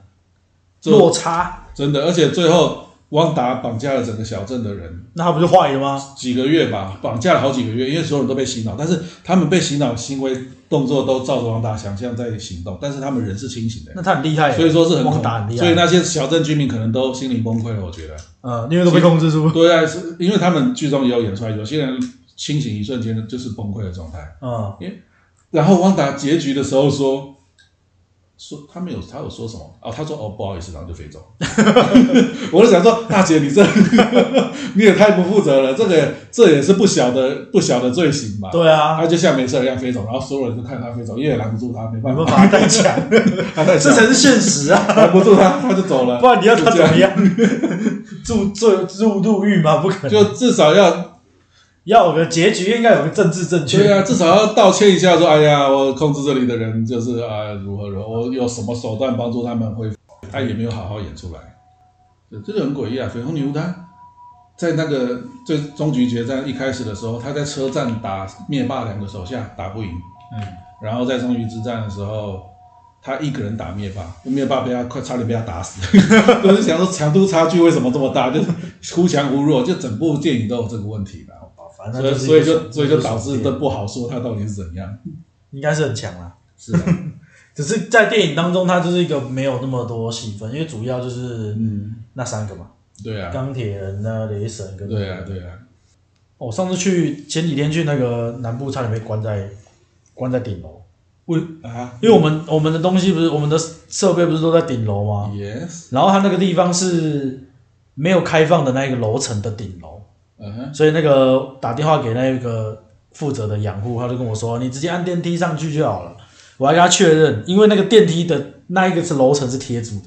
[SPEAKER 1] 这啊
[SPEAKER 2] 落差，
[SPEAKER 1] 真的。而且最后汪达绑架了整个小镇的人
[SPEAKER 2] 那他不就坏了吗？
[SPEAKER 1] 几个月吧，绑架了好几个月，因为所有人都被洗脑，但是他们被洗脑行为动作都照着汪达想象在行动，但是他们人是清醒的
[SPEAKER 2] 那，他很厉害耶，
[SPEAKER 1] 所以说是很
[SPEAKER 2] 光
[SPEAKER 1] 恐
[SPEAKER 2] 打很厉
[SPEAKER 1] 所以
[SPEAKER 2] 害，
[SPEAKER 1] 那些小镇居民可能都心灵崩溃了，我觉得。
[SPEAKER 2] 嗯，因为都被控制住， [laughs]
[SPEAKER 1] 对啊，是因为他们剧中也有演出来，有些人清醒一瞬间就是崩溃的状态。
[SPEAKER 2] 嗯，
[SPEAKER 1] 然后汪达结局的时候说，说他们有他有说什么？哦，他说哦不好意思，然后就飞走。 [laughs] 我就想说，大姐你这 [laughs] 你也太不负责了，这个这也是不小的不小的罪行吧？
[SPEAKER 2] 对啊，
[SPEAKER 1] 他就像没事一样飞走，然后所有人都看他飞走，因为也拦不住他，没办
[SPEAKER 2] 没
[SPEAKER 1] 法
[SPEAKER 2] 办， [laughs] 法，太强了，
[SPEAKER 1] 他太
[SPEAKER 2] 这
[SPEAKER 1] 强
[SPEAKER 2] 才是现实啊。
[SPEAKER 1] 拦不住他，他就走了。
[SPEAKER 2] [laughs] 不然你要他
[SPEAKER 1] 就
[SPEAKER 2] 怎
[SPEAKER 1] 这样
[SPEAKER 2] 么样？ [laughs] 住罪入入狱吗？不可能，
[SPEAKER 1] 就至少要
[SPEAKER 2] 要有个结局，应该有个政治正
[SPEAKER 1] 对
[SPEAKER 2] 确。
[SPEAKER 1] 啊，至少要道歉一下，说哎呀，我控制这里的人就是啊如何如何，我有什么手段帮助他们恢复，他也没有好好演出来，对这就很诡异啊。绯红女巫她在那个最终局决战一开始的时候，她在车站打灭霸两个手下打不赢，
[SPEAKER 2] 嗯，
[SPEAKER 1] 然后在终局之战的时候，她一个人打灭霸，灭霸被他快差点被他打死。 [laughs] 我就想说强度差距为什么这么大，就是 [laughs] 忽强忽弱，就整部电影都有这个问题吧。
[SPEAKER 2] 哦反正
[SPEAKER 1] 所以
[SPEAKER 2] 就是
[SPEAKER 1] 所以
[SPEAKER 2] 一
[SPEAKER 1] 就所
[SPEAKER 2] 个
[SPEAKER 1] 以就导致
[SPEAKER 2] 一个
[SPEAKER 1] 都不好说他到底是怎样。
[SPEAKER 2] 应该是很强啦。
[SPEAKER 1] 是啊，
[SPEAKER 2] 只是在电影当中，它就是一个没有那么多戏份，因为主要就是
[SPEAKER 1] 嗯，
[SPEAKER 2] 那三个嘛，
[SPEAKER 1] [laughs] 对啊，
[SPEAKER 2] 钢铁人啊、雷神跟。
[SPEAKER 1] 对啊，对啊，
[SPEAKER 2] 我、上次去前几天去那个南部，差点被关在关在顶楼，
[SPEAKER 1] 为啊
[SPEAKER 2] 因为我们我们的东西不是我们的设备不是都在顶楼吗？
[SPEAKER 1] ，yes，
[SPEAKER 2] 然后它那个地方是没有开放的那一个楼层的顶楼。
[SPEAKER 1] 嗯哼，
[SPEAKER 2] 所以那个打电话给那个负责的养护，他就跟我说，你直接按电梯上去就好了。我还跟他确认，因为那个电梯的那一个是楼层是贴住的，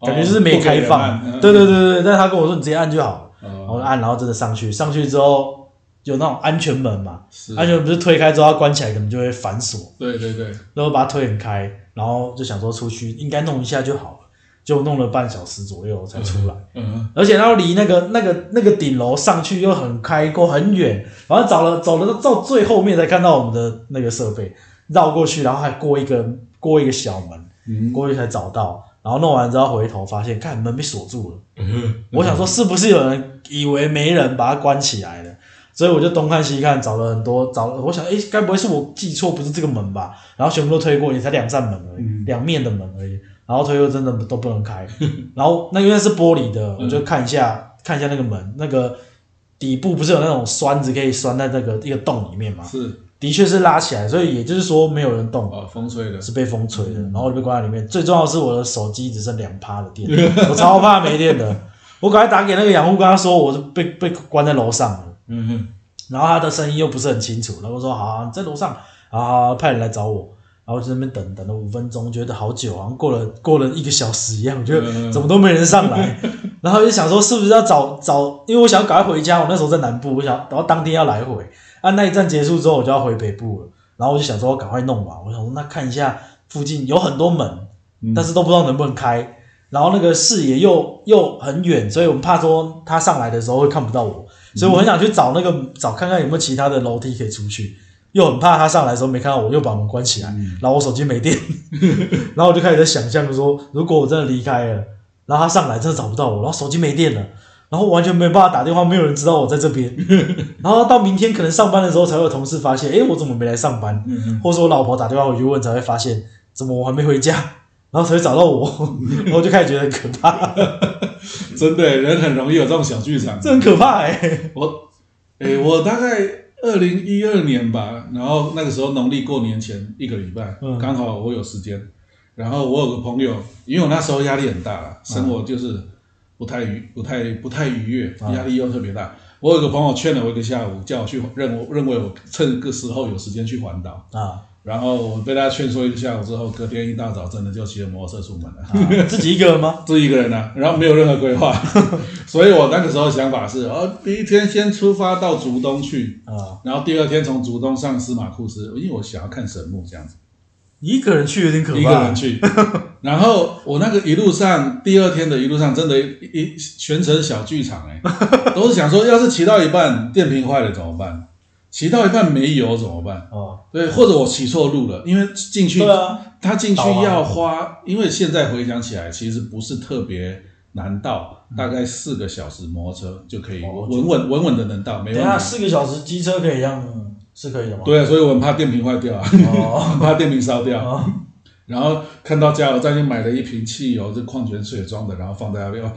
[SPEAKER 1] 哦
[SPEAKER 2] 感觉就是没开放。
[SPEAKER 1] 不给人按
[SPEAKER 2] 对对对对，对但他跟我说你直接按就好了，然后
[SPEAKER 1] 哦
[SPEAKER 2] 我就按，然后真的上去，上去之后有那种安全门嘛，
[SPEAKER 1] 是，
[SPEAKER 2] 安全门不是推开之后它关起来，可能就会反锁。
[SPEAKER 1] 嗯哦对对对，
[SPEAKER 2] 然后把它推很开，然后就想说出去应该弄一下就好了，就弄了半小时左右才出来，
[SPEAKER 1] 嗯，
[SPEAKER 2] 而且然后离那个那个那个顶楼上去又很开阔很远，然后找了走了到最后面才看到我们的那个设备，绕过去，然后还过一个过一个小门，
[SPEAKER 1] 嗯
[SPEAKER 2] 过去才找到，然后弄完之后回头发现，看门被锁住了，
[SPEAKER 1] 嗯，
[SPEAKER 2] 我想说是不是有人以为没人把它关起来了？所以我就东看西看，找了很多，找了我想，诶，该不会是我记错，不是这个门吧？然后全部都推过，也才两扇门而已，
[SPEAKER 1] 嗯
[SPEAKER 2] 两面的门而已。然后推又真的都不能
[SPEAKER 1] [laughs]
[SPEAKER 2] 开，然后那因为是玻璃
[SPEAKER 1] 嗯
[SPEAKER 2] 的，我就看一下、看一下那个门，那个底部不是有那种栓子可以栓在那个一个洞里面吗？
[SPEAKER 1] 是
[SPEAKER 2] 的确是拉起来，所以也就是说没有人动，
[SPEAKER 1] 哦，风吹的，
[SPEAKER 2] 是被风吹的，然后我就被关在里面。最重要的是我的手机只剩两趴的电，我超怕没电的。我赶快打给那个养护，跟他说我是被被关在楼上了，
[SPEAKER 1] 嗯哼，
[SPEAKER 2] 然后他的声音又不是很清楚，然后我说好、啊，你在楼上，好好好派人来找我。然后就在那边等等了五分钟，觉得好久，好像过了过了一个小时一样，我觉
[SPEAKER 1] 嗯
[SPEAKER 2] 得怎么都没人上
[SPEAKER 1] [laughs]
[SPEAKER 2] 来。然后就想说是不是要找找，因为我想要赶快回家，我那时候在南部，我想然后当天要来回，啊那一站结束之后我就要回北部了，然后我就想说赶快弄完，我想说那看一下附近有很多门，
[SPEAKER 1] 嗯
[SPEAKER 2] 但是都不知道能不能开，然后那个视野又又很远，所以我们怕说他上来的时候会看不到我，所以我很想去找那个找看看有没有其他的楼梯可以出去，又很怕他上来的时候没看到我，又把门关起来，然后我手机没电， [laughs] 然后我就开始在想象说，如果我真的离开了，然后他上来真的找不到我，然后手机没电了。然后完全没办法打电话，没有人知道我在这边。然后到明天可能上班的时候，才会有同事发现，诶，我怎么没来上班？
[SPEAKER 1] 嗯哼，
[SPEAKER 2] 或者我老婆打电话回去问，才会发现怎么我还没回家，然后才会找到
[SPEAKER 1] [laughs]
[SPEAKER 2] 我，然后就开始觉得很可怕，
[SPEAKER 1] 真的人很容易有这种小剧场，
[SPEAKER 2] 这很可怕哎、
[SPEAKER 1] 我，哎、我大概二零一二年吧，然后那个时候农历过年前一个礼拜，
[SPEAKER 2] 嗯
[SPEAKER 1] 刚、好我有时间，然后我有个朋友，因为我那时候压力很大
[SPEAKER 2] 嗯
[SPEAKER 1] 啦，生活就是不太愉、不太不太愉悦，
[SPEAKER 2] 啊
[SPEAKER 1] 压力又特别大。我有个朋友劝了我一个下午，叫我去认我认为我趁个时候有时间去环岛，
[SPEAKER 2] 啊
[SPEAKER 1] 然后我被他劝说一个下午之后，隔天一大早真的就骑着摩托车出门了。
[SPEAKER 2] 啊，自己一个人吗？
[SPEAKER 1] 自己一个人啊，然后没有任何规划，所以我那个时候想法是，哦，第一天先出发到竹东去，
[SPEAKER 2] 啊，
[SPEAKER 1] 然后第二天从竹东上司马库斯，因为我想要看神木这样子，
[SPEAKER 2] 你一个人去有点可怕，
[SPEAKER 1] 一个人去。然后我那个一路上，第二天的一路上，真的一一全程小剧场哎、都是想说，要是骑到一半电瓶坏了怎么办？骑到一半没油怎么办？
[SPEAKER 2] 哦，
[SPEAKER 1] 对，或者我骑错路了，因为进去
[SPEAKER 2] 对啊，
[SPEAKER 1] 他进去
[SPEAKER 2] 导航
[SPEAKER 1] 要花，因为现在回想起来，其实不是特别难到，大概四个小时摩托车就可以
[SPEAKER 2] 嗯哦
[SPEAKER 1] 稳稳稳稳的能到，没问
[SPEAKER 2] 等一下
[SPEAKER 1] 题。
[SPEAKER 2] 四个小时机车可以让是可以的吗？
[SPEAKER 1] 对啊，所以我很怕电瓶坏掉啊，
[SPEAKER 2] 哦
[SPEAKER 1] [laughs] 很怕电瓶烧掉。
[SPEAKER 2] 哦
[SPEAKER 1] 然后看到加油站就买了一瓶汽油，就矿泉水装的，然后放在那边，哦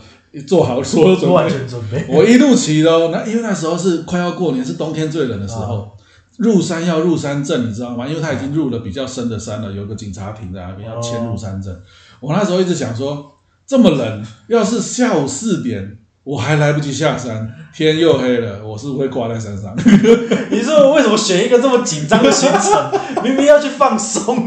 [SPEAKER 1] 做好所有准
[SPEAKER 2] 做完
[SPEAKER 1] 备。
[SPEAKER 2] 全准备，
[SPEAKER 1] 我一路骑的哦，那因为那时候是快要过年，是冬天最冷的时候，入山要入山证，你知道吗？因为他已经入了比较深的山了，有个警察停在那边要签入山证。我那时候一直想说，这么冷，要是下午四点。我还来不及下山，天又黑了，我是不是会挂在山上。 [laughs]
[SPEAKER 2] 你说我为什么选一个这么紧张的行
[SPEAKER 1] [laughs]
[SPEAKER 2] 程？明明要去放松，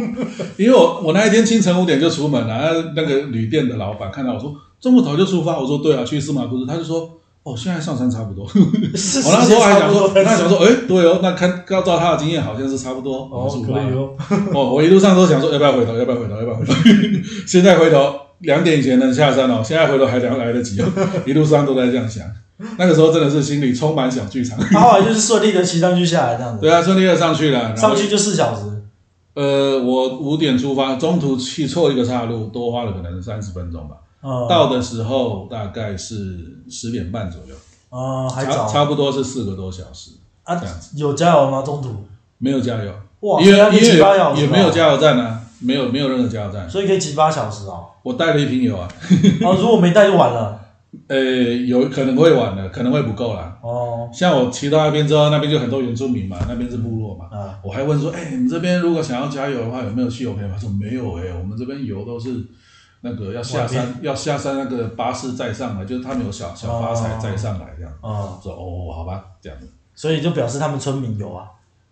[SPEAKER 1] 因为我我那一天清晨五点就出门了、那那个旅店的老板看到我说这么早就出发，我说对啊，去司马库斯，他就说哦，现在上山差不多。
[SPEAKER 2] 是
[SPEAKER 1] 我那时候还想说，那想
[SPEAKER 2] 说
[SPEAKER 1] 说，哎、对哦，那看要照他的经验，好像是差不多。
[SPEAKER 2] 哦，
[SPEAKER 1] 出
[SPEAKER 2] 可
[SPEAKER 1] 发
[SPEAKER 2] 以
[SPEAKER 1] 了
[SPEAKER 2] 哦，
[SPEAKER 1] [laughs] 哦，我一路上都想说，要不要回头，要不要回头，要不要回头。 [laughs] 现在回头两点以前能下山哦，现在回头还来来得
[SPEAKER 2] [laughs]
[SPEAKER 1] 及哦。一路上都在这样想，那个时候真的是心里充满小剧场。
[SPEAKER 2] 然后来就是顺利的骑上去下来这样子，
[SPEAKER 1] 对啊，顺利的上去了，然后
[SPEAKER 2] 上去就四小时。
[SPEAKER 1] 呃，我五点出发，中途去错一个岔路，多花了可能三十分钟吧。
[SPEAKER 2] 嗯
[SPEAKER 1] 到的时候大概是十点半左右，
[SPEAKER 2] 啊、还
[SPEAKER 1] 差
[SPEAKER 2] 早
[SPEAKER 1] 差不多是四个多小时，
[SPEAKER 2] 啊
[SPEAKER 1] 这样子，
[SPEAKER 2] 有加油吗？中途
[SPEAKER 1] 没有加油，
[SPEAKER 2] 哇，
[SPEAKER 1] 因为
[SPEAKER 2] 所以要
[SPEAKER 1] 因
[SPEAKER 2] 骑八小
[SPEAKER 1] 为
[SPEAKER 2] 时
[SPEAKER 1] 也
[SPEAKER 2] 哦
[SPEAKER 1] 没有，加油站啊，没有没有任何加油站。
[SPEAKER 2] 所以可以骑八小时哦。
[SPEAKER 1] 我带了一瓶油啊，
[SPEAKER 2] 然后如果没带就完了
[SPEAKER 1] 呃，有可能会晚了，可能会不够啦。
[SPEAKER 2] 哦。
[SPEAKER 1] 像我骑到那边之后，那边就很多原住民嘛，那边是部落嘛，
[SPEAKER 2] 啊，
[SPEAKER 1] 我还问说，哎、你们这边如果想要加油的话，有没有汽油可以买？他说没有哎、我们这边油都是那个要下
[SPEAKER 2] 外
[SPEAKER 1] 山，要下山那个巴士载上来，就是他们有小小发财
[SPEAKER 2] 哦
[SPEAKER 1] 载上来这样。
[SPEAKER 2] 啊、
[SPEAKER 1] 我说哦，好吧，这样子。 [laughs]
[SPEAKER 2] 所以就表示他们村民有啊。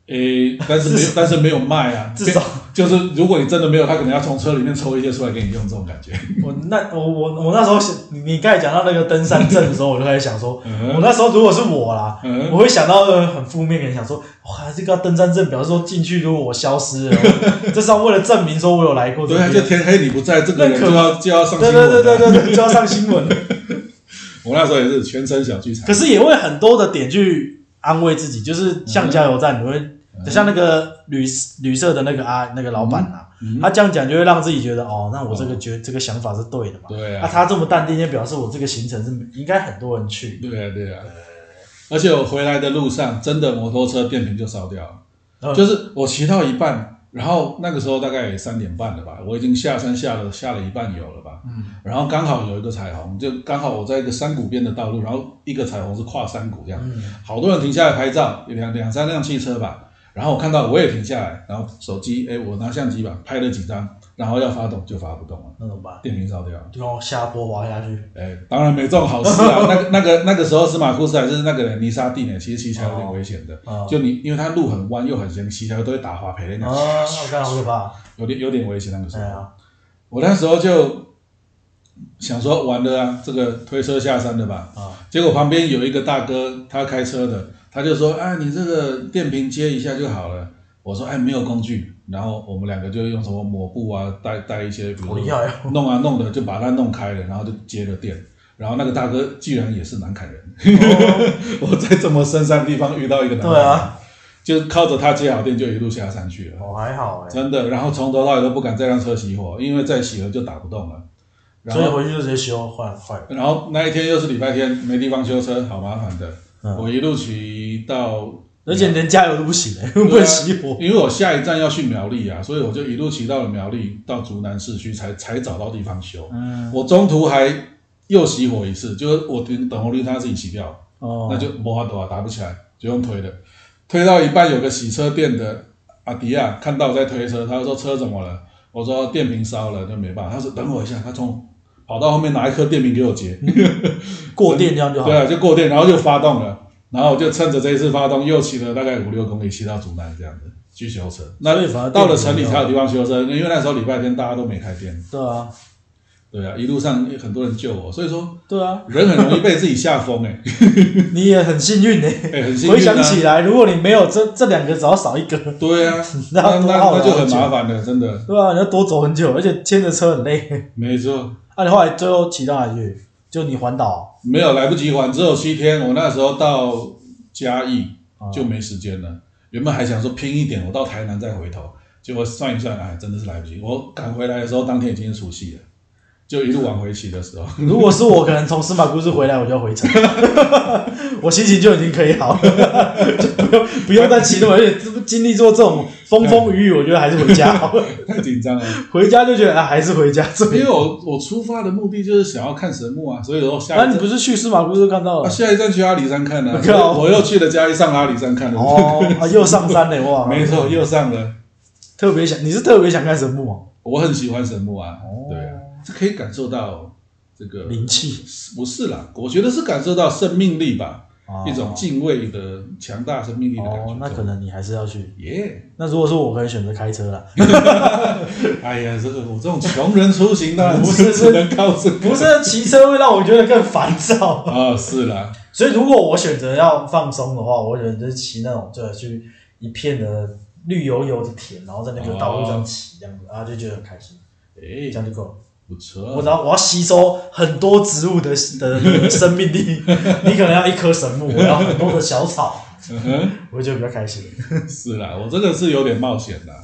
[SPEAKER 1] 诶诶，但是没有，但是没有卖啊。
[SPEAKER 2] 至少
[SPEAKER 1] 就是如果你真的没有，他可能要从车里面抽一些出来给你用，这种感觉。
[SPEAKER 2] 我那我我我那时候想，你你刚才讲到那个登山证的时候，我就开始想说，
[SPEAKER 1] 嗯
[SPEAKER 2] 我那时候如果是我啦，
[SPEAKER 1] 嗯
[SPEAKER 2] 我会想到呃很负面，的想说，哇，这个登山证表示说进去如果我消失了，
[SPEAKER 1] [laughs]
[SPEAKER 2] 哦这是要为了证明说我有来过这
[SPEAKER 1] 对啊，
[SPEAKER 2] 边。
[SPEAKER 1] 就天黑你不在，这个人
[SPEAKER 2] 那
[SPEAKER 1] 就
[SPEAKER 2] 可
[SPEAKER 1] 要就要上
[SPEAKER 2] 对
[SPEAKER 1] 新闻、
[SPEAKER 2] 对
[SPEAKER 1] 啊。
[SPEAKER 2] 对对对对，就要上新闻。
[SPEAKER 1] 我那时候也是全身小剧场
[SPEAKER 2] 可。是也会很多的点去安慰自己，就是像加油站，你会、
[SPEAKER 1] 嗯
[SPEAKER 2] 像那个旅旅社的那个啊那个老板啊，
[SPEAKER 1] 嗯
[SPEAKER 2] 他这样讲就会让自己觉得哦，那我这个觉、这个想法是对的嘛。
[SPEAKER 1] 对
[SPEAKER 2] 那、
[SPEAKER 1] 啊，
[SPEAKER 2] 他这么淡定，也表示我这个行程是应该很多人去。
[SPEAKER 1] 对啊，对啊。而且我回来的路上，真的摩托车电瓶就烧掉了。
[SPEAKER 2] 嗯
[SPEAKER 1] 就是我骑到一半，然后那个时候大概也三点半了吧，我已经下山下了下了一半油了吧，
[SPEAKER 2] 嗯，
[SPEAKER 1] 然后刚好有一个彩虹，就刚好我在一个山谷边的道路，然后一个彩虹是跨山谷这样，
[SPEAKER 2] 嗯
[SPEAKER 1] 好多人停下来拍照，有两两三辆汽车吧，然后我看到我也停下来，然后手机，哎，我拿相机吧，拍了几张，然后要发动就发不动了，
[SPEAKER 2] 那怎么办？
[SPEAKER 1] 电瓶烧掉了。
[SPEAKER 2] 就往下坡滑下去。
[SPEAKER 1] 哎，当然没这种好事
[SPEAKER 2] [laughs]
[SPEAKER 1] 啊！那个、那个、那个时候司马库斯还是那个人泥沙地呢，其实骑起来有点危险的。
[SPEAKER 2] 哦
[SPEAKER 1] 就你，因为它路很弯又很险，骑起来都会打滑，赔人
[SPEAKER 2] 啊，
[SPEAKER 1] 家
[SPEAKER 2] 我看好可怕！
[SPEAKER 1] 有点有点危险那个时
[SPEAKER 2] 哎
[SPEAKER 1] 候。
[SPEAKER 2] 呀，
[SPEAKER 1] 我那时候就想说完了啊，这个推车下山的吧。
[SPEAKER 2] 啊，
[SPEAKER 1] 结果旁边有一个大哥，他开车的，他就说：“啊，你这个电瓶接一下就好了。”我说：“哎，没有工具。”然后我们两个就用什么抹布啊，带带一些，比
[SPEAKER 2] 好
[SPEAKER 1] 如
[SPEAKER 2] 厉
[SPEAKER 1] 说
[SPEAKER 2] 害哦！
[SPEAKER 1] 弄啊弄的，就把它弄开了，然后就接了电。然后那个大哥居然也是南坎人， [laughs] 我在这么深山地方遇到一个南坎人，
[SPEAKER 2] 哦对啊，
[SPEAKER 1] 就靠着他接好电就一路下山去了。
[SPEAKER 2] 哦，还好哎，
[SPEAKER 1] 真的，然后从头到尾都不敢再让车熄火，因为再熄了就打不动了。然
[SPEAKER 2] 所以
[SPEAKER 1] 后，啊
[SPEAKER 2] 回去就直接修换换。
[SPEAKER 1] 然后那一天又是礼拜天，没地方修车，好麻烦的。
[SPEAKER 2] 嗯
[SPEAKER 1] 我一路骑到，
[SPEAKER 2] 而且连加油都不行哎， [laughs] 不能熄火。
[SPEAKER 1] 因为我下一站要去苗栗啊，所以我就一路骑到了苗栗，到竹南市区才才找到地方修。
[SPEAKER 2] 嗯，
[SPEAKER 1] 我中途还又熄火一次，就是我等等红绿灯它自己熄掉，
[SPEAKER 2] 哦，
[SPEAKER 1] 那就没法躲啊，打不起来，就用推的。推到一半，有个洗车店的阿迪亚看到我在推车，他就说车怎么了？我说电瓶烧了，就没办法。他说等我一下，他从跑到后面拿一颗电瓶给我接，
[SPEAKER 2] 过电这样就好
[SPEAKER 1] 对。啊，就过电，然后就发动了，然后我就趁着这一次发动，又骑了大概五六公里，骑到竹南这样子去修车。
[SPEAKER 2] 所
[SPEAKER 1] 那呃
[SPEAKER 2] 以反而
[SPEAKER 1] 到了城里才有地方修车，因为那时候礼拜天大家都没开店。
[SPEAKER 2] 对啊，
[SPEAKER 1] 对啊，一路上很多人救我，所以说
[SPEAKER 2] 对啊，
[SPEAKER 1] 人很容易被自己吓疯哎，
[SPEAKER 2] 你也很幸运呢、
[SPEAKER 1] 哎， [laughs] 很幸运、啊。
[SPEAKER 2] 回想起来，如果你没有这这两个，只要少一个，
[SPEAKER 1] 对啊，那
[SPEAKER 2] 那
[SPEAKER 1] 那
[SPEAKER 2] 多好
[SPEAKER 1] 那
[SPEAKER 2] 了
[SPEAKER 1] 就很麻烦了，真的，
[SPEAKER 2] 对啊吧、你要多走很久，而且牵着车很累。
[SPEAKER 1] 没错，
[SPEAKER 2] 啊，你后来最后骑到哪里去？就你环岛
[SPEAKER 1] 没有来不及还，只有七天。我那时候到嘉义
[SPEAKER 2] 啊
[SPEAKER 1] 就没时间了，原本还想说拼一点，我到台南再回头，结果算一算，哎，真的是来不及。我赶回来的时候，当天已经是除夕了，就一路往回骑的时候， [laughs]
[SPEAKER 2] 如果是我，可能从司马故事回来，我就要回程， [laughs] 我心情就已经可以好了， [laughs] 就不用不用再骑那么远，而且经历做这种风风雨雨，我觉得还是回家好
[SPEAKER 1] [laughs]
[SPEAKER 2] 了。
[SPEAKER 1] 太紧
[SPEAKER 2] [laughs]
[SPEAKER 1] 张了。
[SPEAKER 2] 回家就觉得啊，还是回家
[SPEAKER 1] 因
[SPEAKER 2] 最
[SPEAKER 1] 为
[SPEAKER 2] 好。
[SPEAKER 1] 我我出发的目的就是想要看神木啊，所以说下
[SPEAKER 2] 那、
[SPEAKER 1] 一
[SPEAKER 2] 你
[SPEAKER 1] 站、
[SPEAKER 2] 不是去司马故事看到
[SPEAKER 1] 啊、 [laughs]
[SPEAKER 2] 了？
[SPEAKER 1] 下一站去阿里山看呢、
[SPEAKER 2] 我 [laughs] 靠
[SPEAKER 1] 我又去了嘉义上阿里山看了，
[SPEAKER 2] 哦，啊，又上山了哇！
[SPEAKER 1] [laughs] 没错，又上了。
[SPEAKER 2] 特别想，你是特别想看神木吗？
[SPEAKER 1] 我很喜欢神木啊，
[SPEAKER 2] 哦
[SPEAKER 1] 对啊，这可以感受到这个
[SPEAKER 2] 灵气，
[SPEAKER 1] 不是啦，我觉得是感受到生命力吧，
[SPEAKER 2] 哦
[SPEAKER 1] 一种敬畏的强大生命力的感觉。
[SPEAKER 2] 哦，那可能你还是要去。
[SPEAKER 1] 耶，
[SPEAKER 2] 那如果说我可能选择开车
[SPEAKER 1] [laughs]
[SPEAKER 2] 啦，
[SPEAKER 1] 哎呀，这个我这种穷人出行当然
[SPEAKER 2] 不是
[SPEAKER 1] 只能靠这个，
[SPEAKER 2] [laughs] 不是骑车会让我觉得更烦躁。 [laughs]
[SPEAKER 1] 啊，是啦，
[SPEAKER 2] 所以如果我选择要放松的话，我选择就是骑那种就是去一片的绿油油的田，然后在那个道路上骑这样
[SPEAKER 1] 哦
[SPEAKER 2] 子，然啊后就觉得很开心，这
[SPEAKER 1] 哎，
[SPEAKER 2] 样就够了。
[SPEAKER 1] 不
[SPEAKER 2] 我
[SPEAKER 1] 错
[SPEAKER 2] 只，要我要吸收很多植物的的的生命
[SPEAKER 1] [laughs]
[SPEAKER 2] 力，你可能要一棵神木，我要很多的小草，
[SPEAKER 1] 嗯哼，
[SPEAKER 2] 我就觉得比较开心。
[SPEAKER 1] 是啦，我这个是有点冒险啦。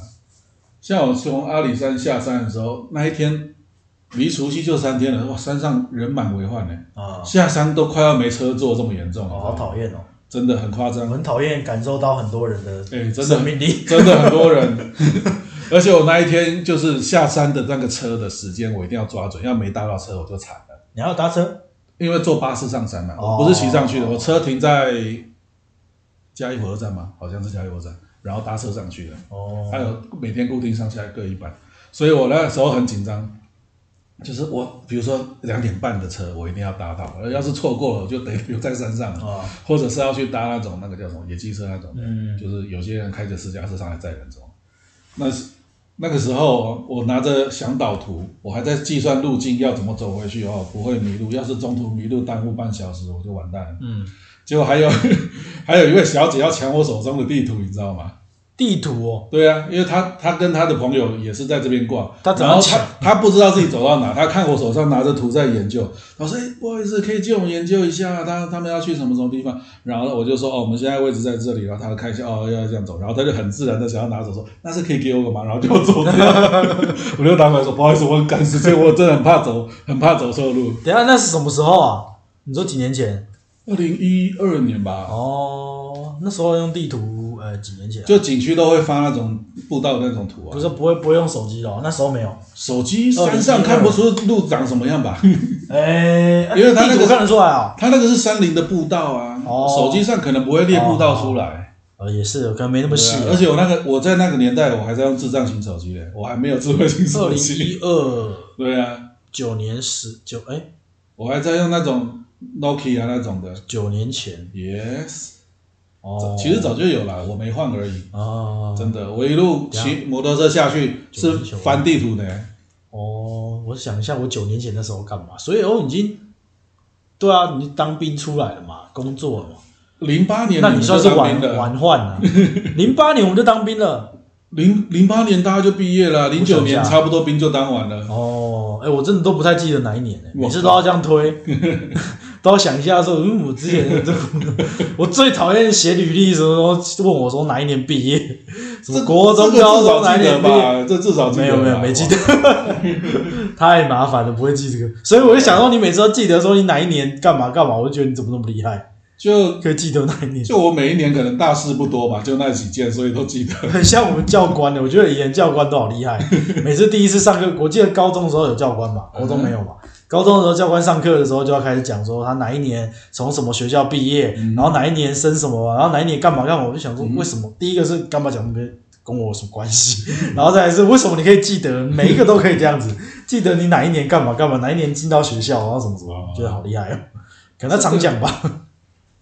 [SPEAKER 1] 像我从阿里山下山的时候，那一天离除夕就三天了，哇，山上人满为患呢，
[SPEAKER 2] 啊，
[SPEAKER 1] 下山都快要没车坐，这么严重，
[SPEAKER 2] 好讨厌哦。
[SPEAKER 1] 真的很夸
[SPEAKER 2] 我
[SPEAKER 1] 张，
[SPEAKER 2] 很讨厌感受到很多人的
[SPEAKER 1] 哎，真的
[SPEAKER 2] 生命力。
[SPEAKER 1] 真的很多人。而且我那一天就是下山的那个车的时间，我一定要抓准，要没搭到车我就惨了。
[SPEAKER 2] 你要搭车？
[SPEAKER 1] 因为坐巴士上山嘛，
[SPEAKER 2] 哦
[SPEAKER 1] 我不是骑上去的，我车停在嘉义火车站嘛，好像是嘉义火车站，然后搭车上去的。
[SPEAKER 2] 哦
[SPEAKER 1] 还有每天固定上下各一班，所以我那时候很紧张。就是我，比如说两点半的车，我一定要搭到，而要是错过了，我就得留在山上，
[SPEAKER 2] 啊，
[SPEAKER 1] 或者是要去搭那种那个叫什么野鸡车那种的，
[SPEAKER 2] 嗯
[SPEAKER 1] 就是有些人开着私家车上来载人走。那是那个时候，我拿着向导图，我还在计算路径要怎么走回去哦，不会迷路。要是中途迷路耽误半小时，我就完蛋了。
[SPEAKER 2] 嗯，
[SPEAKER 1] 结果还有 [laughs] 还有一位小姐要抢我手中的地图，你知道吗？
[SPEAKER 2] 地图哦，
[SPEAKER 1] 对啊，因为他他跟他的朋友也是在这边逛，
[SPEAKER 2] 他怎么
[SPEAKER 1] 然后
[SPEAKER 2] 抢
[SPEAKER 1] 他他不知道自己走到哪，他看我手上拿着图在研究，老师，哎，不好意思，可以借我们研究一下，啊他他们要去什么什么地方？然后我就说，哦，我们现在位置在这里，然后他看一下，哦，要这样走，然后他就很自然的想要拿走，说那是可以给我个吗？然后就走掉，我就拿回来说，不好意思，我很赶时间，我真的很怕走，很怕走错路。
[SPEAKER 2] 等一下那是什么时候啊？你说几年前？
[SPEAKER 1] 二零一二年吧，
[SPEAKER 2] 哦，那时候用地图，呃，几年前啊、
[SPEAKER 1] 就景区都会发那种步道那种图啊
[SPEAKER 2] 不，是不会不会用手机的哦，那时候没有。
[SPEAKER 1] 手机山上看不出路长什么样吧？
[SPEAKER 2] 哎、
[SPEAKER 1] 因为他那
[SPEAKER 2] 地
[SPEAKER 1] 个
[SPEAKER 2] 图看得出来啊、
[SPEAKER 1] 它那个是山林的步道啊，
[SPEAKER 2] 哦
[SPEAKER 1] 手机上可能不会列步道出来。
[SPEAKER 2] 呃，也是，可能没那么细、
[SPEAKER 1] 对啊而且我那个我在那个年代，我还在用智障型手机嘞，我还没有智慧型
[SPEAKER 2] 二
[SPEAKER 1] 手
[SPEAKER 2] 哦零
[SPEAKER 1] 机。
[SPEAKER 2] 一二
[SPEAKER 1] [laughs] 对啊，
[SPEAKER 2] 九年十九，哎，
[SPEAKER 1] 我还在用那种 Nokia 那种的。
[SPEAKER 2] 九年前
[SPEAKER 1] Yes，、
[SPEAKER 2] 哦，
[SPEAKER 1] 其实早就有了，我没换而已。
[SPEAKER 2] 啊，
[SPEAKER 1] 真的，我一路骑摩托车下去
[SPEAKER 2] 九
[SPEAKER 1] 是
[SPEAKER 2] 零九
[SPEAKER 1] 翻地图的，
[SPEAKER 2] 哦，我想一下，我九年前那时候干嘛？所以哦，已经对啊，你当兵出来了嘛，工作了嘛，
[SPEAKER 1] 零八年
[SPEAKER 2] 那
[SPEAKER 1] 你
[SPEAKER 2] 你
[SPEAKER 1] 们
[SPEAKER 2] 算
[SPEAKER 1] 就是当兵
[SPEAKER 2] 晚
[SPEAKER 1] 了。
[SPEAKER 2] 晚
[SPEAKER 1] [laughs]
[SPEAKER 2] 换了。零八年我们就当兵了。
[SPEAKER 1] 零零八年大家就毕业了，零九
[SPEAKER 2] 我想
[SPEAKER 1] 年
[SPEAKER 2] 一下
[SPEAKER 1] 差不多兵就当完了。
[SPEAKER 2] 哦，哎，我真的都不太记得哪一年了，
[SPEAKER 1] 我
[SPEAKER 2] 每次都要这样推，
[SPEAKER 1] [laughs]
[SPEAKER 2] 都要想一下说，嗯，我之前我最讨厌写履历的时候问我说哪一年毕业，什么
[SPEAKER 1] 这
[SPEAKER 2] 国中、
[SPEAKER 1] 这个
[SPEAKER 2] 高
[SPEAKER 1] 至
[SPEAKER 2] 中
[SPEAKER 1] 少
[SPEAKER 2] 哪一
[SPEAKER 1] 记得
[SPEAKER 2] 年毕业，
[SPEAKER 1] 吧？这至少记
[SPEAKER 2] 没
[SPEAKER 1] 得
[SPEAKER 2] 有没有
[SPEAKER 1] 吧
[SPEAKER 2] 没记得， [laughs] 太麻烦了，不会记这个。所以我就想说，你每次都记得说你哪一年干嘛干嘛，我就觉得你怎么那么厉害，
[SPEAKER 1] 就
[SPEAKER 2] 可以记得哪一年。
[SPEAKER 1] 就我每一年可能大事不多吧，就那几件，所以都记得。
[SPEAKER 2] 很 [laughs] 像我们教官的，我觉得以前教官都好厉
[SPEAKER 1] [laughs]
[SPEAKER 2] 害。每次第一次上课，我记得高中的时候有教官嘛，
[SPEAKER 1] 嗯
[SPEAKER 2] 高中没有嘛。高中的时候，教官上课的时候就要开始讲说他哪一年从什么学校毕业，
[SPEAKER 1] 嗯
[SPEAKER 2] 然后哪一年升什么，然后哪一年干嘛干嘛。我就想说，
[SPEAKER 1] 嗯
[SPEAKER 2] 为什么？第一个是干嘛讲那个跟我有什么
[SPEAKER 1] [laughs]
[SPEAKER 2] 关系？然后再来是为什么你可以记得每一个都可以这样子，记得你哪一年干嘛干嘛，哪一年进到学校，然后什么什么
[SPEAKER 1] 哦，
[SPEAKER 2] 觉得好厉害哦。可能他常讲吧，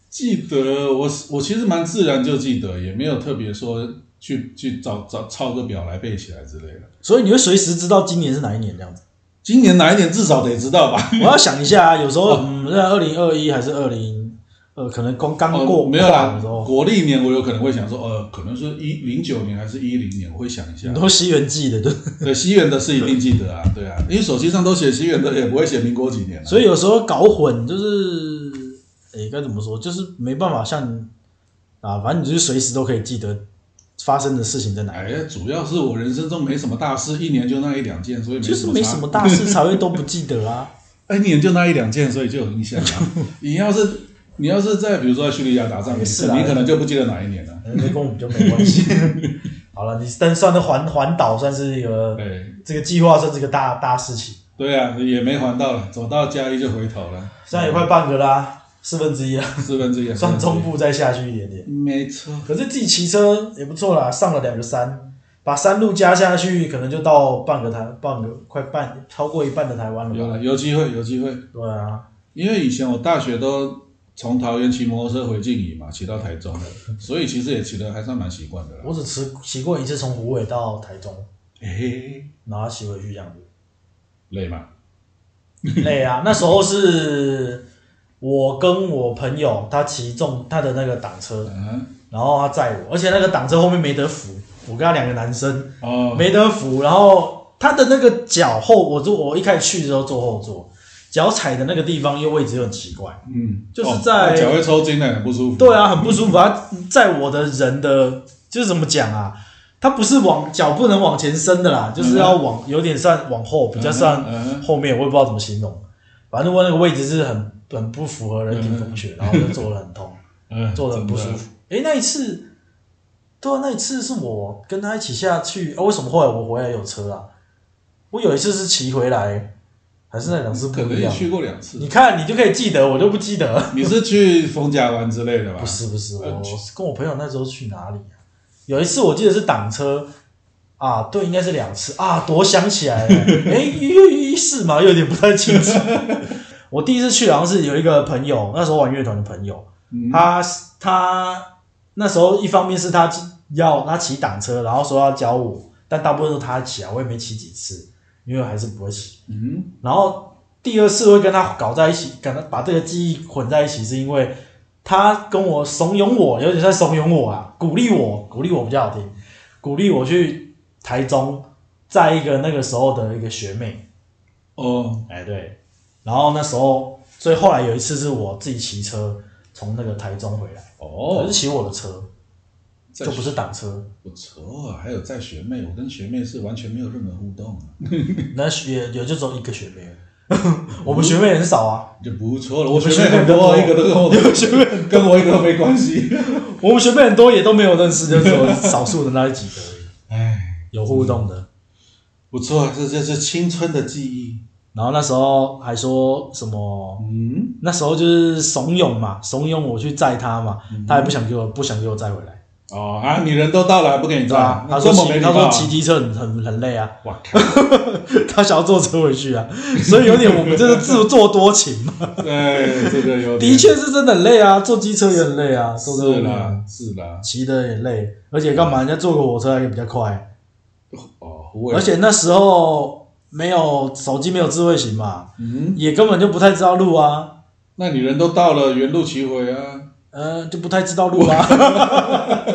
[SPEAKER 1] 记得我我其实蛮自然就记得，也没有特别说去去找找抄个表来背起来之类的。
[SPEAKER 2] 所以你会随时知道今年是哪一年这样子。
[SPEAKER 1] 今年哪一点至少得知道吧？
[SPEAKER 2] 我要想一下啊，有时
[SPEAKER 1] 哦
[SPEAKER 2] 候嗯，那二零二一还是二零呃，可能刚刚过
[SPEAKER 1] 哦、没有
[SPEAKER 2] 的
[SPEAKER 1] 啦
[SPEAKER 2] 时，候，
[SPEAKER 1] 国历年我有可能会想说，呃，可能是一零九年还是一零年，我会想一下
[SPEAKER 2] 很。多西元记
[SPEAKER 1] [laughs]
[SPEAKER 2] 的，对。
[SPEAKER 1] 对，西元的是一定记得啊，对啊，因为手机上都写西元的，也不会写民国几年、啊。
[SPEAKER 2] 所以有时候搞混就是，诶，该怎么说，就是没办法像你啊，反正你就是随时都可以记得发生的事情在哪里，
[SPEAKER 1] 哎，主要是我人生中没什么大事，一年就那一两件，所以
[SPEAKER 2] 就是
[SPEAKER 1] 没
[SPEAKER 2] 没
[SPEAKER 1] 差
[SPEAKER 2] 什么大事才会都不记
[SPEAKER 1] [laughs]
[SPEAKER 2] 得啊。
[SPEAKER 1] 哎，你也就那一两件，所以就有印象啊。
[SPEAKER 2] [laughs]
[SPEAKER 1] 你要是你要是在比如说在叙利亚打仗，
[SPEAKER 2] 也
[SPEAKER 1] 你
[SPEAKER 2] 是啊
[SPEAKER 1] 你可能就不记得哪一年了。
[SPEAKER 2] 那跟我们就没关系。 [laughs] 好了，你但算是环环岛算是一个
[SPEAKER 1] 对
[SPEAKER 2] 这个计划算是个大大事情，
[SPEAKER 1] 哎对啊，也没还到了，走到嘉义就回头了，
[SPEAKER 2] 现在也快半个啦，四分之一了，
[SPEAKER 1] 四分之一。
[SPEAKER 2] 算中
[SPEAKER 1] 部，
[SPEAKER 2] 部再下去一点点。
[SPEAKER 1] 没错。
[SPEAKER 2] 可是自己骑车也不错啦，上了两个山，把山路加下去，可能就到半个台，半个快半超过一半的台湾了
[SPEAKER 1] 有
[SPEAKER 2] 吧？
[SPEAKER 1] 了，有机会，有机会。
[SPEAKER 2] 对啊，
[SPEAKER 1] 因为以前我大学都从桃园骑摩托车回静宜嘛，骑到台中的，所以其实也骑得还算蛮习惯的啦。
[SPEAKER 2] 我只骑骑过一次从湖尾到台中，
[SPEAKER 1] 嘿嘿，
[SPEAKER 2] 然后骑回去这样子，
[SPEAKER 1] 累吗？
[SPEAKER 2] 累啊！ [laughs] 那时候是我跟我朋友他骑重他的那个挡车，
[SPEAKER 1] 嗯，
[SPEAKER 2] 然后他载我，而且那个挡车后面没得扶，我跟他两个男生
[SPEAKER 1] 哦，
[SPEAKER 2] 没得扶，然后他的那个脚后，我就我一开始去的时候坐后座，脚踩的那个地方又位置又很奇怪。
[SPEAKER 1] 嗯，
[SPEAKER 2] 就是
[SPEAKER 1] 哦
[SPEAKER 2] 在
[SPEAKER 1] 那脚会抽筋的，很不舒服。
[SPEAKER 2] 对啊，很不舒服。它在我的人的就是怎么讲啊？它不是往脚不能往前伸的啦，就是要往有点算往后，比较算
[SPEAKER 1] 嗯嗯
[SPEAKER 2] 后面，我也不知道怎么形容。反正我那个位置是很很不符合人体工学，然后就坐得
[SPEAKER 1] [laughs]
[SPEAKER 2] 很痛，
[SPEAKER 1] 嗯，
[SPEAKER 2] 坐得很不舒
[SPEAKER 1] 真的。
[SPEAKER 2] 服。诶，那一次，对啊，那一次是我跟他一起下去。啊、为什么后来我回来有车啊？我有一次是骑回来，还是那两次不
[SPEAKER 1] 可能
[SPEAKER 2] 一
[SPEAKER 1] 也
[SPEAKER 2] 样。嗯
[SPEAKER 1] 去过两次。
[SPEAKER 2] 你看，你就可以记得，我就不记得。
[SPEAKER 1] 你是去逢甲玩之类的吧？
[SPEAKER 2] 不是不是，
[SPEAKER 1] 呃
[SPEAKER 2] 我是跟我朋友那时候去哪里啊？有一次我记得是挡车啊，对，应该是两次啊，多想起来了，哎、又又是吗？有点不太清楚。 [laughs] 我第一次去好像是有一个朋友，那时候玩乐团的朋友，
[SPEAKER 1] 嗯
[SPEAKER 2] 他他那时候一方面是他要他骑挡车，然后说要教我，但大部分都他骑啊，我也没骑几次，因为我还是不会骑。
[SPEAKER 1] 嗯，
[SPEAKER 2] 然后第二次会跟他搞在一起，跟他把这个记忆混在一起，是因为他跟我怂恿我，有点在怂恿我啊，鼓励我，鼓励我比较好听，鼓励我去台中，在一个那个时候的一个学妹，
[SPEAKER 1] 哦，
[SPEAKER 2] 哎对，然后那时候，所以后来有一次是我自己骑车从那个台中回来，可
[SPEAKER 1] 哦
[SPEAKER 2] 是，骑我的车，
[SPEAKER 1] 在
[SPEAKER 2] 就不是挡车，
[SPEAKER 1] 不错啊，还有在学妹，我跟学妹是完全没有任何互动啊，
[SPEAKER 2] 那也也就只有一个学妹， [laughs] 我们学妹很少啊，
[SPEAKER 1] 就不错了。我学
[SPEAKER 2] 学
[SPEAKER 1] 妹
[SPEAKER 2] 妹
[SPEAKER 1] 很
[SPEAKER 2] 比较
[SPEAKER 1] 多，
[SPEAKER 2] 多
[SPEAKER 1] 一个都跟 [laughs] 我，学妹跟我一个都没关系。
[SPEAKER 2] 我们学妹很多也都没有认识，就是我少数的那几个而已。
[SPEAKER 1] 哎，
[SPEAKER 2] 有互动的。
[SPEAKER 1] 不错，啊这这是青春的记忆。
[SPEAKER 2] 然后那时候还说什么，
[SPEAKER 1] 嗯，
[SPEAKER 2] 那时候就是怂恿嘛，怂恿我去载他嘛，
[SPEAKER 1] 嗯
[SPEAKER 2] 他也不想给我，不想给我载回来，
[SPEAKER 1] 哦啊，你人都到了，还不给你
[SPEAKER 2] 对
[SPEAKER 1] 载
[SPEAKER 2] 吧？，
[SPEAKER 1] 那
[SPEAKER 2] 他
[SPEAKER 1] 这
[SPEAKER 2] 说
[SPEAKER 1] 么没
[SPEAKER 2] 骑，
[SPEAKER 1] 礼
[SPEAKER 2] 他
[SPEAKER 1] 貌
[SPEAKER 2] 说
[SPEAKER 1] 啊。
[SPEAKER 2] 骑机车很很很累啊， [laughs]
[SPEAKER 1] [laughs] 我靠，
[SPEAKER 2] 他想要坐车回去啊，所以有点我们这是自作多情嘛，
[SPEAKER 1] 对，这个有点
[SPEAKER 2] 的确是真的很累啊，坐机车也很累啊，坐
[SPEAKER 1] 是
[SPEAKER 2] 车啦，
[SPEAKER 1] 啦，是啦。
[SPEAKER 2] 骑的也累，而且干嘛？人家坐个火车还可以比较快，
[SPEAKER 1] 哦，我也
[SPEAKER 2] 而且那时候没有手机，没有智慧型嘛，
[SPEAKER 1] 嗯，
[SPEAKER 2] 也根本就不太知道路啊，
[SPEAKER 1] 那你人都到了，原路骑回啊。
[SPEAKER 2] 呃，就不太知道路啦。 [laughs]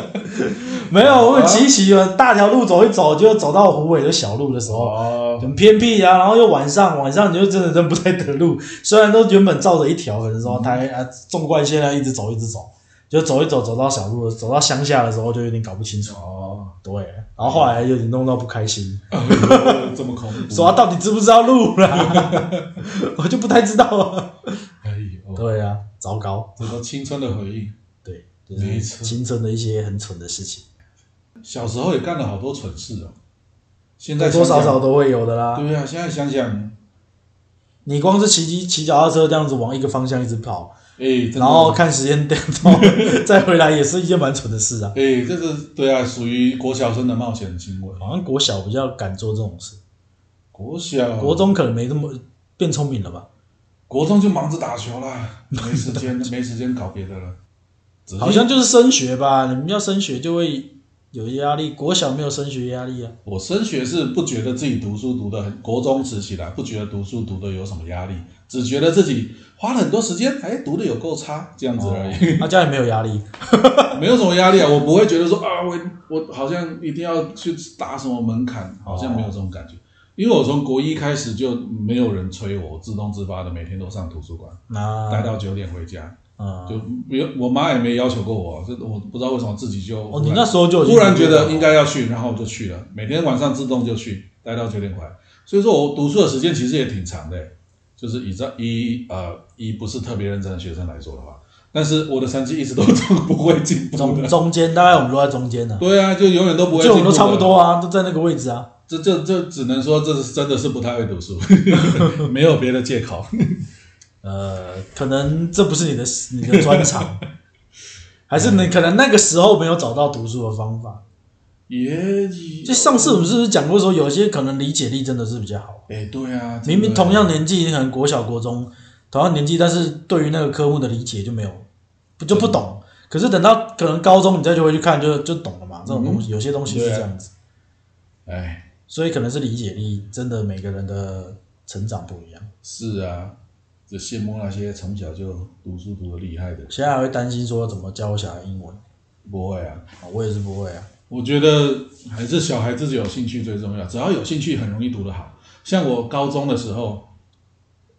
[SPEAKER 2] 没有，我骑一骑了大条路走一走，就走到湖尾的小路的时候，
[SPEAKER 1] 哦，
[SPEAKER 2] 很偏僻啊。然后又晚上，晚上你就真的认不太得路。虽然都原本照着一条，可是说
[SPEAKER 1] 嗯
[SPEAKER 2] 台啊纵贯线啊一直走一直走，就走一走走到小路，走到乡下的时候就有点搞不清楚。
[SPEAKER 1] 哦，
[SPEAKER 2] 对，然后后来有点弄到不开心，
[SPEAKER 1] [laughs] 这么恐怖。
[SPEAKER 2] 说啊他到底知不知道路啦？ [laughs] 我就不太知道啊。
[SPEAKER 1] 哎呦，
[SPEAKER 2] 对啊，糟糕，
[SPEAKER 1] 这都青春的回忆。
[SPEAKER 2] 对，就
[SPEAKER 1] 没
[SPEAKER 2] 是
[SPEAKER 1] 错
[SPEAKER 2] 青春的一些很蠢的事情。
[SPEAKER 1] 小时候也干了好多蠢事哦。现在
[SPEAKER 2] 多多
[SPEAKER 1] 想
[SPEAKER 2] 少
[SPEAKER 1] 想
[SPEAKER 2] 少都会有的啦。
[SPEAKER 1] 对啊，现在想想，
[SPEAKER 2] 你光是骑机骑脚踏车这样子往一个方向一直跑，
[SPEAKER 1] 哎，真的
[SPEAKER 2] 然后看时间点到 [laughs] 再回来，也是一件蛮蠢的事啊。
[SPEAKER 1] 哎，这是对啊，属于国小生的冒险行为。
[SPEAKER 2] 好像国小比较敢做这种事，
[SPEAKER 1] 国小、
[SPEAKER 2] 国中可能没那么变聪明了吧？
[SPEAKER 1] 国中就忙着打球啦，没时间，没时间搞别的了。只是
[SPEAKER 2] 好像就是升学吧，你们要升学就会有压力，国小没有升学压力啊。
[SPEAKER 1] 我升学是不觉得自己读书读的很，国中时期啦，不觉得读书读的有什么压力，只觉得自己花了很多时间，哎，读的有够差这样子而已，
[SPEAKER 2] 他啊家里没有压力，
[SPEAKER 1] [laughs] 没有什么压力啊。我不会觉得说啊，我我好像一定要去打什么门槛，好像没有这种感觉。因为我从国一开始就没有人催我，我自动自发的每天都上图书馆，待
[SPEAKER 2] 那
[SPEAKER 1] 到九点回家，
[SPEAKER 2] 嗯，
[SPEAKER 1] 就没有我妈也没要求过我，这我不知道为什么自己就
[SPEAKER 2] 哦，你那时候就已哦经
[SPEAKER 1] 忽然觉得应该要去，然后我就去了，每天晚上自动就去，待到九点回来。所以说我读书的时间其实也挺长的，就是以这一呃一不是特别认真的学生来说的话，但是我的成绩一直都 [laughs] 都不会进步
[SPEAKER 2] 中
[SPEAKER 1] 的。
[SPEAKER 2] 中间，大概我们都在中间呢，
[SPEAKER 1] 对啊，就永远都不会
[SPEAKER 2] 就
[SPEAKER 1] 进
[SPEAKER 2] 我
[SPEAKER 1] 步的。
[SPEAKER 2] 们都差不多啊，都在那个位置啊。
[SPEAKER 1] 这这这只能说这是真的是不太会读书， [laughs] 没有别的借口。 [laughs]
[SPEAKER 2] 呃，可能这不是你的你的专
[SPEAKER 1] [laughs]
[SPEAKER 2] 长，还是你可能那个时候没有找到读书的方法。
[SPEAKER 1] 也
[SPEAKER 2] 就上次我们是不是讲过说，有些可能理解力真的是比较好？
[SPEAKER 1] 哎，对啊，
[SPEAKER 2] 明
[SPEAKER 1] 真
[SPEAKER 2] 明
[SPEAKER 1] 的
[SPEAKER 2] 同样年纪，你可能国小、国中同样年纪，但是对于那个科目的理解就没有，不就不懂。可是等到可能高中你再就回去看就，就懂了嘛。这种东西、有些东西是
[SPEAKER 1] 嗯对啊
[SPEAKER 2] 这样子，
[SPEAKER 1] 哎，
[SPEAKER 2] 所以可能是理解力真的每个人的成长不一样。
[SPEAKER 1] 是啊，就羡慕那些从小就读书读得厉害的。
[SPEAKER 2] 现在还会担心说怎么教小孩英文
[SPEAKER 1] 不会啊，
[SPEAKER 2] 啊我也是不会啊。
[SPEAKER 1] 我觉得还是小孩自己有兴趣最重要。只要有兴趣，很容易读得好。像我高中的时候，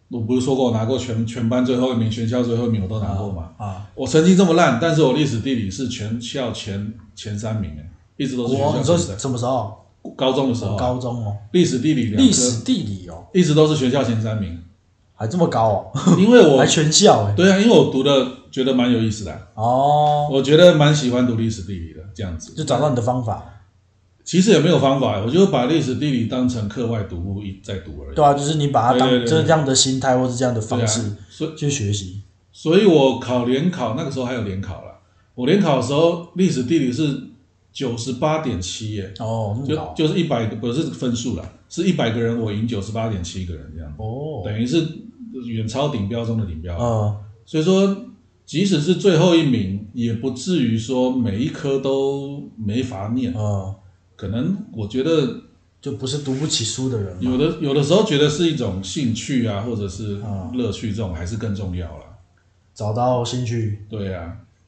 [SPEAKER 1] 我不是说过我拿过全全班最后一名，全校最后一名我都拿过嘛。
[SPEAKER 2] 啊，
[SPEAKER 1] 我成绩这么烂，但是我历史地理是全校前前三名，哎，一直都是全
[SPEAKER 2] 我
[SPEAKER 1] 校
[SPEAKER 2] 你说
[SPEAKER 1] 前三。
[SPEAKER 2] 什么时候？
[SPEAKER 1] 高中的时候啊，
[SPEAKER 2] 高中哦，
[SPEAKER 1] 历史地理两科
[SPEAKER 2] 历史地理哦，
[SPEAKER 1] 一直都是全校前三名，
[SPEAKER 2] 还这么高哦，
[SPEAKER 1] 因为我
[SPEAKER 2] 还全校哎。
[SPEAKER 1] 对啊，因为我读的觉得蛮有意思的啊、
[SPEAKER 2] 哦，
[SPEAKER 1] 我觉得蛮喜欢读历史地理的这样子。
[SPEAKER 2] 就找到你的方法，
[SPEAKER 1] 其实也没有方法，欸我就把历史地理当成课外读物一再读而已。
[SPEAKER 2] 对啊，就是你把它当
[SPEAKER 1] 对对对
[SPEAKER 2] 就是这样的心态或是这样的
[SPEAKER 1] 对
[SPEAKER 2] 方
[SPEAKER 1] 啊，
[SPEAKER 2] 式
[SPEAKER 1] 所以
[SPEAKER 2] 去学习。
[SPEAKER 1] 所以我考联考那个时候还有联考啦，我联考的时候历史地理是九十八点七耶，欸
[SPEAKER 2] 哦，那么
[SPEAKER 1] 就
[SPEAKER 2] 好
[SPEAKER 1] 就是一百不是分数啦，是一百个人我赢九十八点七个人这样，
[SPEAKER 2] 哦，
[SPEAKER 1] 等于是远超顶标中的顶标。
[SPEAKER 2] 嗯，
[SPEAKER 1] 所以说，即使是最后一名，也不至于说每一科都没法念。
[SPEAKER 2] 嗯，
[SPEAKER 1] 可能我觉得
[SPEAKER 2] 就不是读不起书的人哦嘛，
[SPEAKER 1] 有的有的时候觉得是一种兴趣啊，或者是
[SPEAKER 2] 啊
[SPEAKER 1] 乐趣，这种还是更重要啦。
[SPEAKER 2] 找到兴趣，
[SPEAKER 1] 对呀、啊，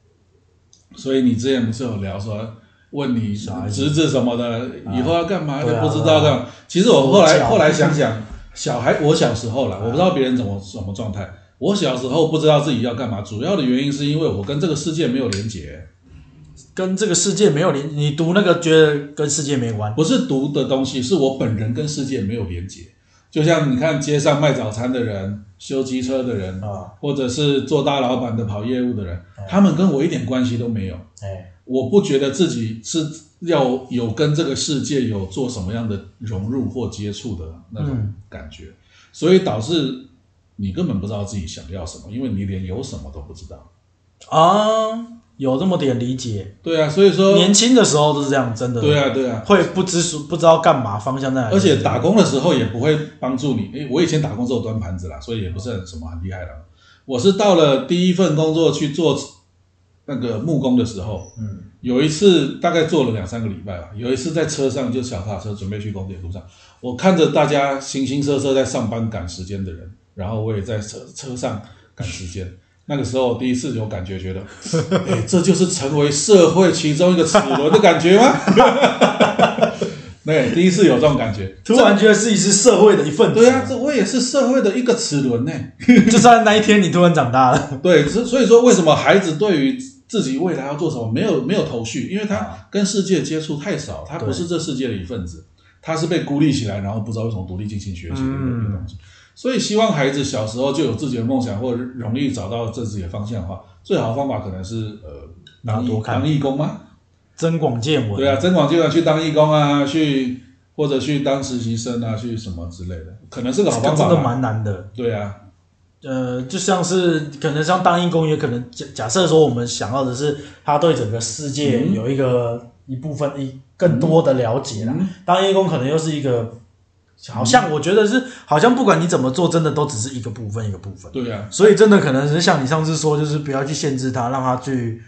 [SPEAKER 1] 所以你之前不是有聊说，问你
[SPEAKER 2] 啥意思
[SPEAKER 1] 侄子什么的，以后要干嘛
[SPEAKER 2] 对
[SPEAKER 1] 都
[SPEAKER 2] 啊
[SPEAKER 1] 不知道
[SPEAKER 2] 对
[SPEAKER 1] 干嘛。其实我后
[SPEAKER 2] 手
[SPEAKER 1] 来
[SPEAKER 2] 脚
[SPEAKER 1] 后来想想，小孩我小时
[SPEAKER 2] 啊
[SPEAKER 1] 候啦，我不知道别人怎么什么状态。我小时候不知道自己要干嘛，主要的原因是因为我跟这个世界没有连结。
[SPEAKER 2] 跟这个世界没有连，你读那个觉得跟世界没关，
[SPEAKER 1] 不是读的东西，是我本人跟世界没有连接。就像你看街上卖早餐的人、修机车的人，
[SPEAKER 2] 啊，
[SPEAKER 1] 或者是做大老板的、跑业务的人，他们跟我一点关系都没有。
[SPEAKER 2] 哎，
[SPEAKER 1] 我不觉得自己是要有跟这个世界有做什么样的融入或接触的那种感觉，所以导致你根本不知道自己想要什么，因为你连有什么都不知道。
[SPEAKER 2] 啊，有这么点理解，
[SPEAKER 1] 对啊，所以说，
[SPEAKER 2] 年轻的时候都是这样，真的，
[SPEAKER 1] 对啊，对啊，
[SPEAKER 2] 会不知所不知道干嘛，方向在哪里，
[SPEAKER 1] 而且打工的时候也不会帮助你。诶，我以前打工只有端盘子啦，所以也不是很什么很厉害的。我是到了第一份工作去做那个木工的时候，
[SPEAKER 2] 嗯，
[SPEAKER 1] 有一次大概做了两三个礼拜吧。有一次在车上，就小卡车准备去工地的路上，我看着大家形形色色在上班赶时间的人，然后我也在车车上赶时间。那个时候第一次有感觉，觉得，哎，这就是成为社会其中一个齿轮的感觉吗？ [laughs] 对，第一次有这种感觉。
[SPEAKER 2] 突然觉得自己是社会的一份子，
[SPEAKER 1] 对啊，这我也是社会的一个齿轮呢。
[SPEAKER 2] [laughs] 就在那一天你突然长大了， [laughs]
[SPEAKER 1] 对，所所以说为什么孩子对于自己未来要做什么没有没有头绪，因为他跟世界接触太少，他
[SPEAKER 2] 啊对
[SPEAKER 1] 不是这世界的一份子，他是被孤立起来，然后不知道为什么独立进行学习的一
[SPEAKER 2] 嗯
[SPEAKER 1] 个一个东西。所以希望孩子小时候就有自己的梦想，或者容易找到这自己的方向的话，最好的方法可能是呃当
[SPEAKER 2] 多
[SPEAKER 1] 义
[SPEAKER 2] 看
[SPEAKER 1] 当义工吗？
[SPEAKER 2] 增广见闻，
[SPEAKER 1] 对啊，增广见闻去当义工啊，去或者去当实习生啊，去什么之类的，可能是个好
[SPEAKER 2] 这个
[SPEAKER 1] 方
[SPEAKER 2] 真
[SPEAKER 1] 法
[SPEAKER 2] 的
[SPEAKER 1] 吧。
[SPEAKER 2] 蛮难的。
[SPEAKER 1] 对啊，
[SPEAKER 2] 呃，就像是可能像当义工，也可能假假设说我们想要的是他对整个世界
[SPEAKER 1] 嗯
[SPEAKER 2] 有一个、一部分一更多的了解啦。
[SPEAKER 1] 嗯
[SPEAKER 2] 当义工可能又是一个，好像我觉得是好像不管你怎么做，真的都只是一个部分一个部分。
[SPEAKER 1] 对啊，
[SPEAKER 2] 所以真的可能是像你上次说，就是不要去限制他，让他去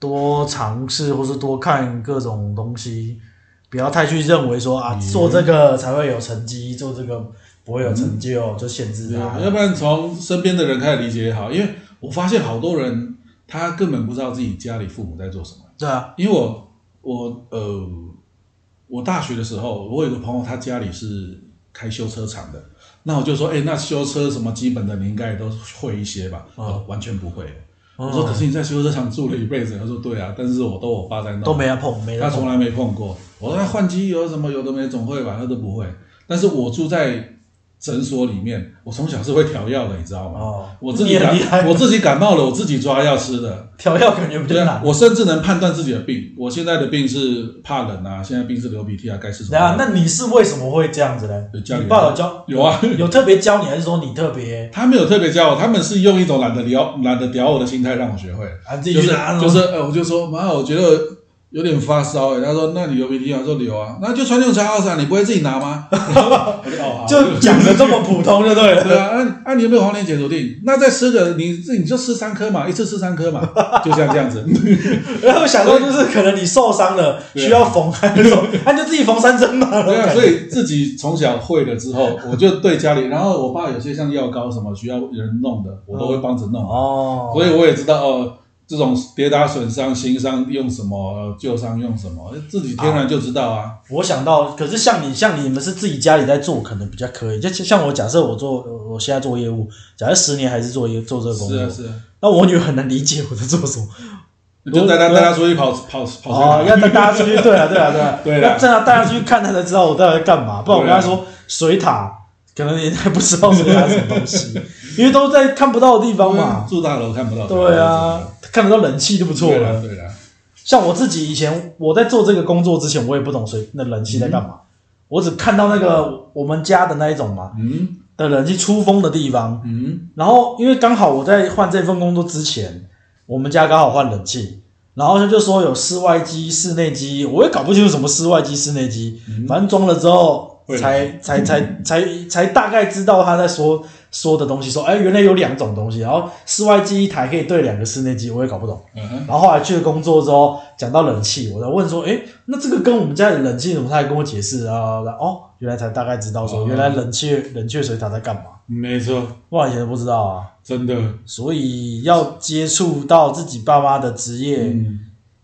[SPEAKER 2] 多尝试，或是多看各种东西，不要太去认为说啊，
[SPEAKER 1] 嗯
[SPEAKER 2] 做这个才会有成绩，做这个不会有成哦就，就限制
[SPEAKER 1] 对
[SPEAKER 2] 他
[SPEAKER 1] 啊。要不然从身边的人开始理解也好，因为我发现好多人他根本不知道自己家里父母在做什么。
[SPEAKER 2] 对啊，
[SPEAKER 1] 因为我我呃，我大学的时候，我有个朋友，他家里是开修车厂的，那我就说，哎、那修车什么基本的你应该也都会一些吧？
[SPEAKER 2] 嗯
[SPEAKER 1] 哦，完全不会。我
[SPEAKER 2] 嗯
[SPEAKER 1] 说，可是你在修车厂住了一辈子，他说对啊，但是我都我爸在弄，
[SPEAKER 2] 都没人碰，没人
[SPEAKER 1] 他
[SPEAKER 2] 碰
[SPEAKER 1] 从来没碰过。我说他换机油什么有的没总会吧，他都不会。但是我住在诊所里面，我从小是会调药的，你知道吗？
[SPEAKER 2] 哦
[SPEAKER 1] 我自
[SPEAKER 2] 你
[SPEAKER 1] 己
[SPEAKER 2] 很厉害
[SPEAKER 1] 感我自己感冒了，我自己抓药吃的。
[SPEAKER 2] 调药感觉比
[SPEAKER 1] 对
[SPEAKER 2] 较
[SPEAKER 1] 啊
[SPEAKER 2] 难。，
[SPEAKER 1] 我甚至能判断自己的病。我现在的病是怕冷啊，现在病是流鼻涕啊，该吃什么
[SPEAKER 2] 等一下，
[SPEAKER 1] 药？
[SPEAKER 2] 那你是为什么会这样子呢？
[SPEAKER 1] 有教你
[SPEAKER 2] 你爸有教，
[SPEAKER 1] 有啊， [laughs]
[SPEAKER 2] 有特别教你，还是说你特别
[SPEAKER 1] 他没有特别教我，他们是用一种懒得聊、懒得屌我的心态让我学会。
[SPEAKER 2] 啊自己
[SPEAKER 1] 就是
[SPEAKER 2] 去拿？
[SPEAKER 1] 就是，呃，我就说妈，我觉得有点发烧、欸。他说那你流鼻涕啊？我说流啊，那就穿六叉二三，你不会自己拿吗？然后 [laughs] 我就哦，好
[SPEAKER 2] 就讲的这么普通，就对
[SPEAKER 1] [laughs] 对
[SPEAKER 2] 了。
[SPEAKER 1] 啊，那、啊、你有没有黄连解毒定？那再吃个，你自己就吃三颗嘛，一次吃三颗嘛，就像这样 [laughs] 子。
[SPEAKER 2] 然后想到就是可能你受伤了，
[SPEAKER 1] 对啊
[SPEAKER 2] 需要缝还是
[SPEAKER 1] [laughs]
[SPEAKER 2] 什么，那就自己缝三针嘛。
[SPEAKER 1] 对啊，
[SPEAKER 2] 那种感觉
[SPEAKER 1] 所以自己从小会了之后，我就对家里，然后我爸有些像药膏什么需要人弄的，我都会帮着弄。
[SPEAKER 2] 哦，
[SPEAKER 1] 所以我也知道哦，这种跌打损伤、新伤用什么，呃旧伤用什么，自己天然就知道啊。
[SPEAKER 2] 我想到，可是像你像你们是自己家里在做，可能比较可以。就像我假设我做我现在做业务，假设十年还是做业做这个工
[SPEAKER 1] 是啊，
[SPEAKER 2] 作，
[SPEAKER 1] 是啊，
[SPEAKER 2] 那我女儿很难理解我在做什么。
[SPEAKER 1] 你就带他带他出去跑跑跑
[SPEAKER 2] 哦，
[SPEAKER 1] 水
[SPEAKER 2] 要
[SPEAKER 1] 塔。
[SPEAKER 2] 带大家出去，对啊，对啊，对啊，
[SPEAKER 1] [laughs] 对啦
[SPEAKER 2] 要这样大家出去看，他才知道我到底在干嘛。不然我跟他说水塔，可能也还不知道水塔是什么东西，因为都在看不到的地方嘛。
[SPEAKER 1] 住大楼看不到。
[SPEAKER 2] 对啊，，看得到冷气就不错啊
[SPEAKER 1] 对了
[SPEAKER 2] 了。
[SPEAKER 1] 啊对了，
[SPEAKER 2] 像我自己以前我在做这个工作之前，我也不懂水那冷气在干嘛，我只看到那个我们家的那一种嘛
[SPEAKER 1] 嗯
[SPEAKER 2] 的冷气出风的地方，
[SPEAKER 1] 嗯，
[SPEAKER 2] 然后因为刚好我在换这份工作之前，我们家刚好换冷气，然后他就说有室外机、室内机，我也搞不清楚什么室外机、室内机，
[SPEAKER 1] 嗯
[SPEAKER 2] 反正装了之后，
[SPEAKER 1] 会啦
[SPEAKER 2] 才才才才才大概知道他在说说的东西，说哎，原来有两种东西，然后室外记忆台可以对两个室内机，我也搞不懂。
[SPEAKER 1] 嗯哼，
[SPEAKER 2] 然后后来去了工作之后，讲到冷气，我在问说，哎，那这个跟我们家里冷气怎么？他还跟我解释啊，然后哦，原来才大概知道说，
[SPEAKER 1] 哦
[SPEAKER 2] 原来冷却冷却水塔在干嘛，
[SPEAKER 1] 没错，
[SPEAKER 2] 我以前都不知道啊。
[SPEAKER 1] 真的，
[SPEAKER 2] 所以要接触到自己爸妈的职业，
[SPEAKER 1] 嗯，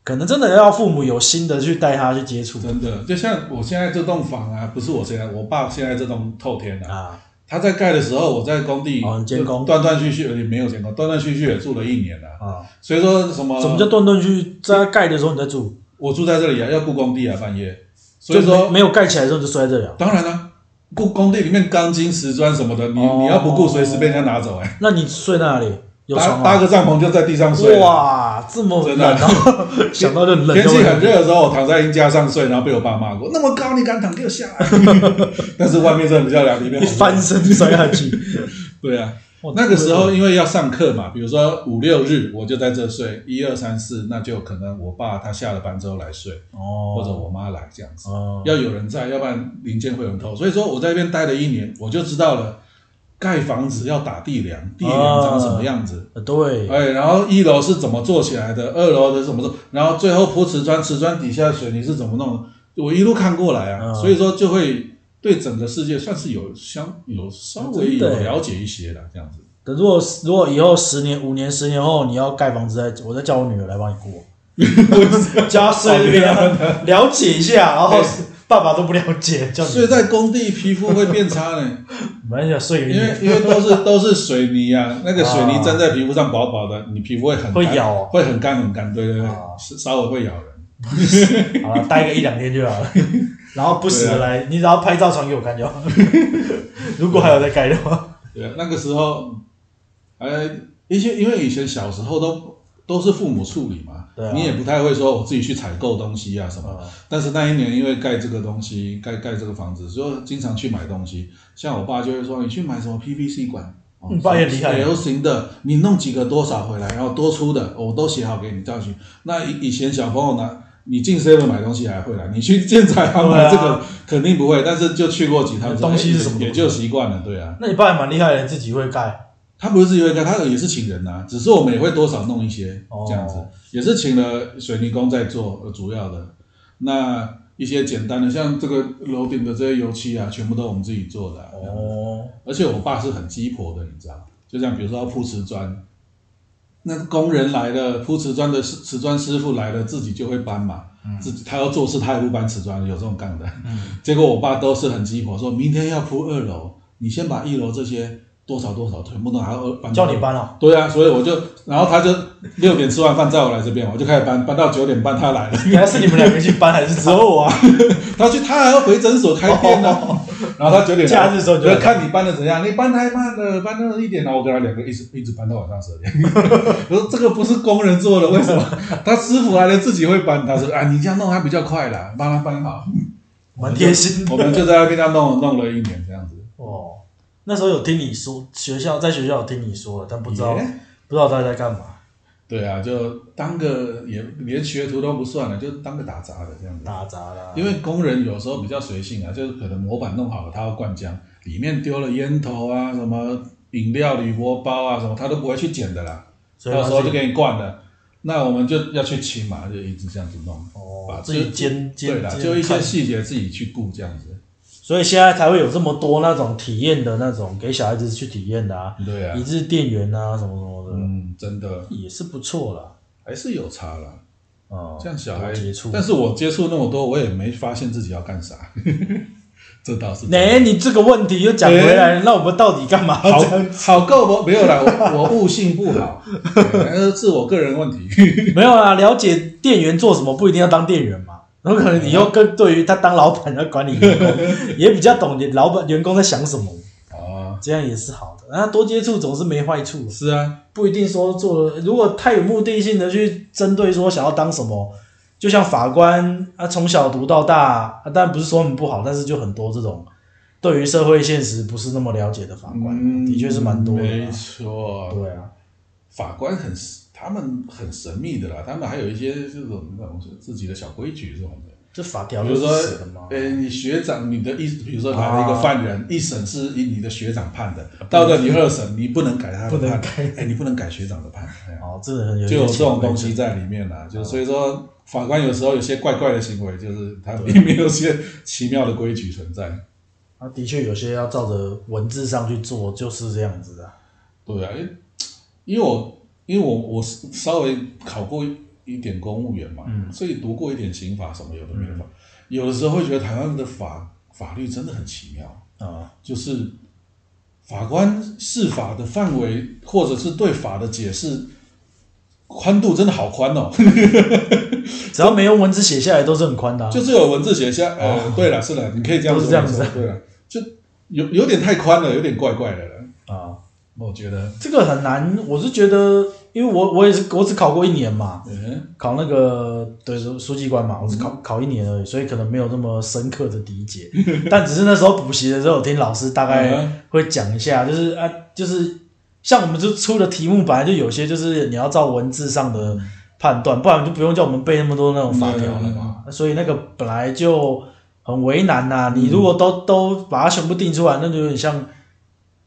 [SPEAKER 2] 可能真的要父母有心的去带他去接触
[SPEAKER 1] 真的，就像我现在这栋房啊，不是我现在，我爸现在这栋透天啊，
[SPEAKER 2] 啊。
[SPEAKER 1] 他在盖的时候，我在工地
[SPEAKER 2] 哦你监工
[SPEAKER 1] 断断续呃续，也没有监工，断断续续也住了一年啊。
[SPEAKER 2] 啊，
[SPEAKER 1] 所以说什么？
[SPEAKER 2] 怎么叫断断续？在盖的时候你在住，
[SPEAKER 1] 我住在这里啊，要顾工地啊，半夜。所以说
[SPEAKER 2] 就没，没有盖起来的时候你就摔这里啊。
[SPEAKER 1] 当然了、顾工地里面钢筋、石砖什么的，你、
[SPEAKER 2] 哦
[SPEAKER 1] 你要不顾，随时被人家拿走哎、
[SPEAKER 2] 那你睡那里有
[SPEAKER 1] 搭
[SPEAKER 2] 床
[SPEAKER 1] 搭
[SPEAKER 2] 吗？
[SPEAKER 1] 个帐篷就在地上睡。！
[SPEAKER 2] 哇，这么
[SPEAKER 1] [laughs]
[SPEAKER 2] 冷啊！想到就冷。
[SPEAKER 1] 天气很热的时候，我躺在阴架上睡，然后被我爸骂过，那么高你敢躺，给我下来！ [laughs] 但是外面真的比较凉，里 [laughs] 面
[SPEAKER 2] [laughs] 一哦
[SPEAKER 1] 好热
[SPEAKER 2] 翻身摔下去。
[SPEAKER 1] 对啊，
[SPEAKER 2] 哇
[SPEAKER 1] 那个时候因为要上课嘛，比如说五六日我就在这睡，一二三四，那就可能我爸他下了班之后来睡，
[SPEAKER 2] 哦，
[SPEAKER 1] 或者我妈来这样子，
[SPEAKER 2] 哦，
[SPEAKER 1] 要有人在，要不然零件会有人偷。所以说我在那边待了一年，我就知道了盖房子要打地梁，地梁长什么样子。
[SPEAKER 2] 呃对，
[SPEAKER 1] 哎，然后一楼是怎么做起来的，二楼的是怎么做，然后最后铺瓷砖，瓷砖底下水泥是怎么弄的，我一路看过来啊，
[SPEAKER 2] 嗯
[SPEAKER 1] 所以说就会对整个世界算是有相有稍微
[SPEAKER 2] 真的
[SPEAKER 1] 有
[SPEAKER 2] 耶
[SPEAKER 1] 了解一些了，这样子。
[SPEAKER 2] 等如果如果以后十年、五年、十年后你要盖房子，再我再叫我女儿来帮
[SPEAKER 1] [laughs]
[SPEAKER 2] 你过，叫她睡
[SPEAKER 1] 哦
[SPEAKER 2] 那
[SPEAKER 1] 啊
[SPEAKER 2] 边了解一下，然后爸爸都不了解，叫
[SPEAKER 1] 哎所以
[SPEAKER 2] 你
[SPEAKER 1] 在工地皮肤会变差
[SPEAKER 2] [laughs]
[SPEAKER 1] 呢，
[SPEAKER 2] 没关系啊，睡给
[SPEAKER 1] 因为
[SPEAKER 2] 你
[SPEAKER 1] 因为都是都是水泥啊，那个水泥粘在皮肤上薄薄的，你皮肤会很干
[SPEAKER 2] 会咬哦
[SPEAKER 1] 会很干很干，对对对
[SPEAKER 2] 哦，
[SPEAKER 1] 是稍微会咬人。
[SPEAKER 2] 好了，待个一两天就好了， [laughs] 然后不
[SPEAKER 1] 啊
[SPEAKER 2] 时的来，你只要拍照传给我看就好。 [laughs] 如果还有在盖的话，
[SPEAKER 1] 对，啊那个时候，呃，一些因为以前小时候都都是父母处理嘛，
[SPEAKER 2] 对啊
[SPEAKER 1] 你也不太会说我自己去采购东西啊什么。但是那一年因为盖这个东西，盖盖这个房子，所以经常去买东西。像我爸就会说，你去买什么 PVC 管，哦
[SPEAKER 2] 你爸也厉害
[SPEAKER 1] 流行的，你弄几个多少回来，然后多出的我都写好给你叫去。那以以前小朋友呢，你进 seven 买东西还会啦，你去建材行
[SPEAKER 2] 对
[SPEAKER 1] 买
[SPEAKER 2] 啊
[SPEAKER 1] 这个肯定不会，但是就去过几趟之后，
[SPEAKER 2] 东西是
[SPEAKER 1] 哎
[SPEAKER 2] 什么
[SPEAKER 1] 也也就习惯了，对啊。
[SPEAKER 2] 那你爸也蛮厉害的，自己会盖，
[SPEAKER 1] 他不是自己会盖，他也是请人呐、啊只是我们也会多少弄一些、
[SPEAKER 2] 哦
[SPEAKER 1] 这样子，也是请了水泥工在做呃主要的，那一些简单的像这个楼顶的这些油漆啊，全部都我们自己做的啊、
[SPEAKER 2] 哦，
[SPEAKER 1] 而且我爸是很鸡婆的，你知道，就像比如说要铺瓷砖，那工人来了，铺瓷砖的师瓷砖师傅来了，自己就会搬嘛，
[SPEAKER 2] 嗯
[SPEAKER 1] 自己他要做事，他也不搬瓷砖，有这种杠的。结果我爸都是很鸡婆，说明天要铺二楼，你先把一楼这些多少多少全部都还要二搬。
[SPEAKER 2] 叫你。搬哦，
[SPEAKER 1] 对啊，所以我就，然后他就六点吃完饭载我来这边，我就开始搬，搬到九点半他来了，
[SPEAKER 2] 原来是你们两个去搬还是只有我啊？
[SPEAKER 1] 他去他还要回诊所开店呢、然后他九点来
[SPEAKER 2] 哦假日的时候就
[SPEAKER 1] 我就看你搬的怎样，你搬太慢了，搬到一点了，我给他两个一直一直搬到晚上十点。我说这个不是工人做的，为
[SPEAKER 2] [laughs]
[SPEAKER 1] 什么？他师傅来了自己会搬，他说啊你这样弄还比较快啦，帮他搬好。
[SPEAKER 2] 蛮贴心
[SPEAKER 1] [laughs]
[SPEAKER 2] 的
[SPEAKER 1] 我们就在那边这样弄弄了一年这样子，
[SPEAKER 2] 哦。那时候有听你说，学校在学校有听你说了，但不知道
[SPEAKER 1] 耶
[SPEAKER 2] 不知道他在干嘛，
[SPEAKER 1] 对啊，就当个也连学徒都不算了，就当个打杂的这样子。
[SPEAKER 2] 打杂啦。
[SPEAKER 1] 因为工人有时候比较随性啊，就是可能模板弄好了，他要灌浆，里面丢了烟头啊，什么饮料、铝箔包啊，什么他都不会去捡的啦，
[SPEAKER 2] 所以
[SPEAKER 1] 到时候
[SPEAKER 2] 他
[SPEAKER 1] 就
[SPEAKER 2] 自己
[SPEAKER 1] 给你灌了。那我们就要去清嘛，就一直这样子弄，
[SPEAKER 2] 哦
[SPEAKER 1] 把
[SPEAKER 2] 自己煎
[SPEAKER 1] 对
[SPEAKER 2] 煎
[SPEAKER 1] 啦，
[SPEAKER 2] 煎
[SPEAKER 1] 就一些
[SPEAKER 2] 看
[SPEAKER 1] 细节自己去顾这样子。
[SPEAKER 2] 所以现在才会有这么多那种体验的那种给小孩子去体验的啊，
[SPEAKER 1] 对啊
[SPEAKER 2] 一，日店员啊什么什么的，
[SPEAKER 1] 嗯，真的
[SPEAKER 2] 也是不错啦。
[SPEAKER 1] 还是有差啦。
[SPEAKER 2] 哦、
[SPEAKER 1] 像小孩
[SPEAKER 2] 多接触，
[SPEAKER 1] 但是我接触那么多，我也没发现自己要干啥， [laughs] 这倒是真的。
[SPEAKER 2] 哎、你这个问题又讲回来了，那我们到底干嘛
[SPEAKER 1] 哎好
[SPEAKER 2] 这样？
[SPEAKER 1] 好够不？没有
[SPEAKER 2] [laughs]
[SPEAKER 1] 啦，我我悟性不好，呃，是我个人问题。
[SPEAKER 2] 没有啦，了解店员做什么不一定要当店员嘛，然后可能以后更对于他当老板要管理员工，也比较懂你老板员工在想什么，
[SPEAKER 1] 啊，
[SPEAKER 2] 这样也是好的。那多接触总是没坏处，
[SPEAKER 1] 是啊，
[SPEAKER 2] 不一定说做了，如果太有目的性的去针对说想要当什么，就像法官啊，从小读到大，啊、当然不是说很不好，但是就很多这种对于社会现实不是那么了解的法官，的确是蛮多的
[SPEAKER 1] 嗯没
[SPEAKER 2] 啊。
[SPEAKER 1] 错，
[SPEAKER 2] 对啊，
[SPEAKER 1] 法官很他们很神秘的啦，他们还有一些这种那种自己的小规矩这种的。
[SPEAKER 2] 这法条
[SPEAKER 1] 比如
[SPEAKER 2] 就
[SPEAKER 1] 说
[SPEAKER 2] 是死的嘛。
[SPEAKER 1] 呃，你学长，你的一，比如说来了一个犯
[SPEAKER 2] 啊
[SPEAKER 1] 人，一审是以你的学长判的，到了你二审，你不能改他的
[SPEAKER 2] 不能
[SPEAKER 1] 判
[SPEAKER 2] 改，
[SPEAKER 1] 哎，你不能改学长的判，哎呀
[SPEAKER 2] 哦，这个很有
[SPEAKER 1] 就有这种东
[SPEAKER 2] 有
[SPEAKER 1] 西
[SPEAKER 2] 点
[SPEAKER 1] 在里面啦、就是所以说，法官有时候有些怪怪的行为，就是他并没有一些奇妙的规矩存在。
[SPEAKER 2] 啊，的确有些要照着文字上去做，就是这样子的。
[SPEAKER 1] 对啊，因为因为我因为我我稍微考过一点公务员嘛，所以读过一点刑法什么有的没的法，有的时候会觉得台湾的法法律真的很奇妙，
[SPEAKER 2] 啊，
[SPEAKER 1] 就是法官释法的范围或者是对法的解释宽度真的好宽哦，
[SPEAKER 2] 只要没用文字写下来，都是很宽的、啊。
[SPEAKER 1] 就是有文字写下，呃，对了，是的，你可以这样
[SPEAKER 2] 哦
[SPEAKER 1] 说，
[SPEAKER 2] 都是这样子
[SPEAKER 1] 没错对了，就有有点太宽了，有点怪怪的了，
[SPEAKER 2] 啊，
[SPEAKER 1] 我觉得，
[SPEAKER 2] 这个很难。我是觉得，因为我我也是我只考过一年嘛，
[SPEAKER 1] 嗯，
[SPEAKER 2] 考那个对书书记官嘛，我只考、考一年而已，所以可能没有那么深刻的理解。 [laughs] 但只是那时候补习的时候，我听老师大概
[SPEAKER 1] 嗯
[SPEAKER 2] 会讲一下，就是啊，就是像我们就出的题目本来就有些就是你要照文字上的
[SPEAKER 1] 嗯
[SPEAKER 2] 判断，不然就不用叫我们背那么多那种法条了嘛。所以那个本来就很为难呐、
[SPEAKER 1] 嗯
[SPEAKER 2] 你如果都都把它全部定出来，那就有点像。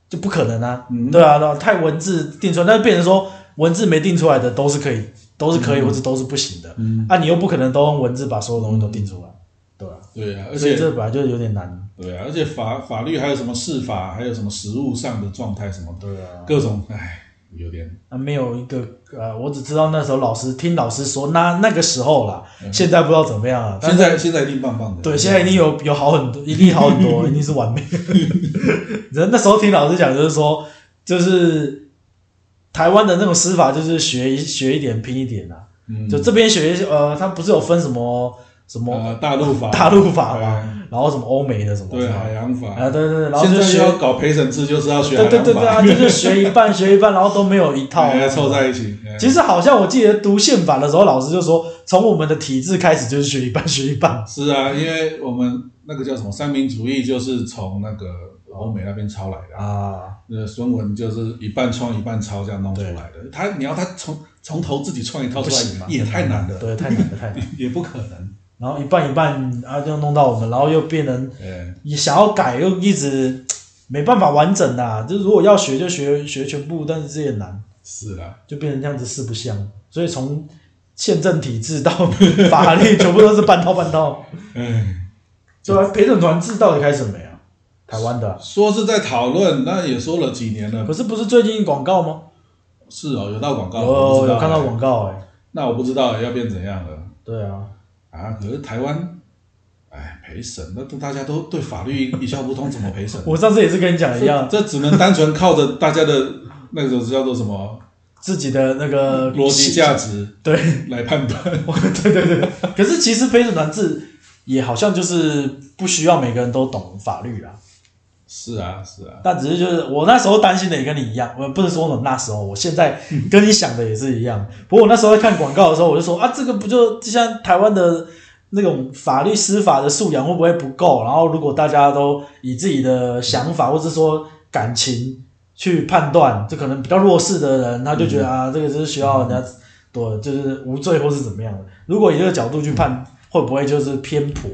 [SPEAKER 2] 就不可能啊，
[SPEAKER 1] 嗯
[SPEAKER 2] 对啊，对啊太文字定出来，但是变成说文字没定出来的都是可以，都是可以、或者都是不行的，
[SPEAKER 1] 嗯
[SPEAKER 2] 啊，你又不可能都用文字把所有东西都定出来，对啊，
[SPEAKER 1] 对啊，而
[SPEAKER 2] 所
[SPEAKER 1] 且
[SPEAKER 2] 以这本来就有点难，
[SPEAKER 1] 对啊，而且法法律还有什么释法，还有什么实务上的状态什么的，
[SPEAKER 2] 对啊，
[SPEAKER 1] 各种唉，有点
[SPEAKER 2] 啊，没有一个呃，我只知道那时候老师听老师说，那那个时候啦，现在不知道怎么样了，
[SPEAKER 1] 嗯
[SPEAKER 2] 但
[SPEAKER 1] 现在现在一定棒棒的。
[SPEAKER 2] 对，现在一定有有好
[SPEAKER 1] [laughs]
[SPEAKER 2] 很多，一定好很多，一定是完美。 [laughs] 人那时候听老师讲，就是说，就是台湾的那种司法，就是学一学一点拼一点啊。
[SPEAKER 1] 嗯
[SPEAKER 2] 就这边学一些，呃，它不是有分什么什么
[SPEAKER 1] 呃大陆法、
[SPEAKER 2] [laughs]
[SPEAKER 1] 啊
[SPEAKER 2] 大陆法嘛，然后什么欧美的什么
[SPEAKER 1] 对
[SPEAKER 2] 什么
[SPEAKER 1] 海洋法，
[SPEAKER 2] 啊，对对对，然后
[SPEAKER 1] 现
[SPEAKER 2] 就
[SPEAKER 1] 在
[SPEAKER 2] 学，
[SPEAKER 1] 要搞陪审制，就是要学海
[SPEAKER 2] 对
[SPEAKER 1] 洋
[SPEAKER 2] 对
[SPEAKER 1] 法，
[SPEAKER 2] 对对
[SPEAKER 1] [laughs]
[SPEAKER 2] 啊，就是学一半学一半，然后都没有一套
[SPEAKER 1] 哎，凑在一起。哎
[SPEAKER 2] 其实好像我记得读宪法的时候，老师就说，从我们的体制开始就是学一半学一半。
[SPEAKER 1] 是啊，因为我们那个叫什么三民主义，就是从那个欧美那边抄来的啊。
[SPEAKER 2] 啊，
[SPEAKER 1] 那孙文就是一半创一半抄这样弄出来的。他你要他从从头自己创一套
[SPEAKER 2] 不
[SPEAKER 1] 出
[SPEAKER 2] 行嘛
[SPEAKER 1] 来，，也太难了，
[SPEAKER 2] 对，太难了，太难了。
[SPEAKER 1] 也不可能。
[SPEAKER 2] 然后一半一半啊，就弄到我们，然后又变成
[SPEAKER 1] 哎，
[SPEAKER 2] 也想要改，又一直没办法完整啊。就是如果要学就学学全部，但是这也难，
[SPEAKER 1] 是啦。
[SPEAKER 2] 就变成这样子四不像。所以从宪政体制到法律，全部都是半套半套。
[SPEAKER 1] 哎，
[SPEAKER 2] [laughs] 对啊，陪审团制到底开始没啊？台湾的啊、
[SPEAKER 1] 说是在讨论，那也说了几年了
[SPEAKER 2] 可。是不是最近广告吗？
[SPEAKER 1] 是哦，有到广告，我不
[SPEAKER 2] 有
[SPEAKER 1] 知道
[SPEAKER 2] 有看到广告哎、
[SPEAKER 1] 那我不知道要变怎样了
[SPEAKER 2] 对啊，
[SPEAKER 1] 啊！可是台湾，哎，陪审，那大家都对法律一窍不通，怎么陪 [laughs] 审？
[SPEAKER 2] 我上次也是跟你讲一样，
[SPEAKER 1] 这只能单纯靠着大家的那种叫做什么
[SPEAKER 2] 自己的那个
[SPEAKER 1] 逻辑价值
[SPEAKER 2] 对。 [laughs]
[SPEAKER 1] 来判断。 [laughs]
[SPEAKER 2] 对对对，可是其实陪审团制也好像就是不需要每个人都懂法律啊啦，
[SPEAKER 1] 是啊，是啊，
[SPEAKER 2] 但只是就是我那时候担心的也跟你一样，我不能说我那时候，我现在跟你想的也是一样。不过我那时候在看广告的时候，我就说啊，这个不就就像台湾的那种法律司法的素养会不会不够？然后如果大家都以自己的想法或是说感情去判断，就可能比较弱势的人，他就觉得、啊，这个就是需要人家对，就是无罪或是怎么样的。如果以这个角度去判，会不会就是偏颇？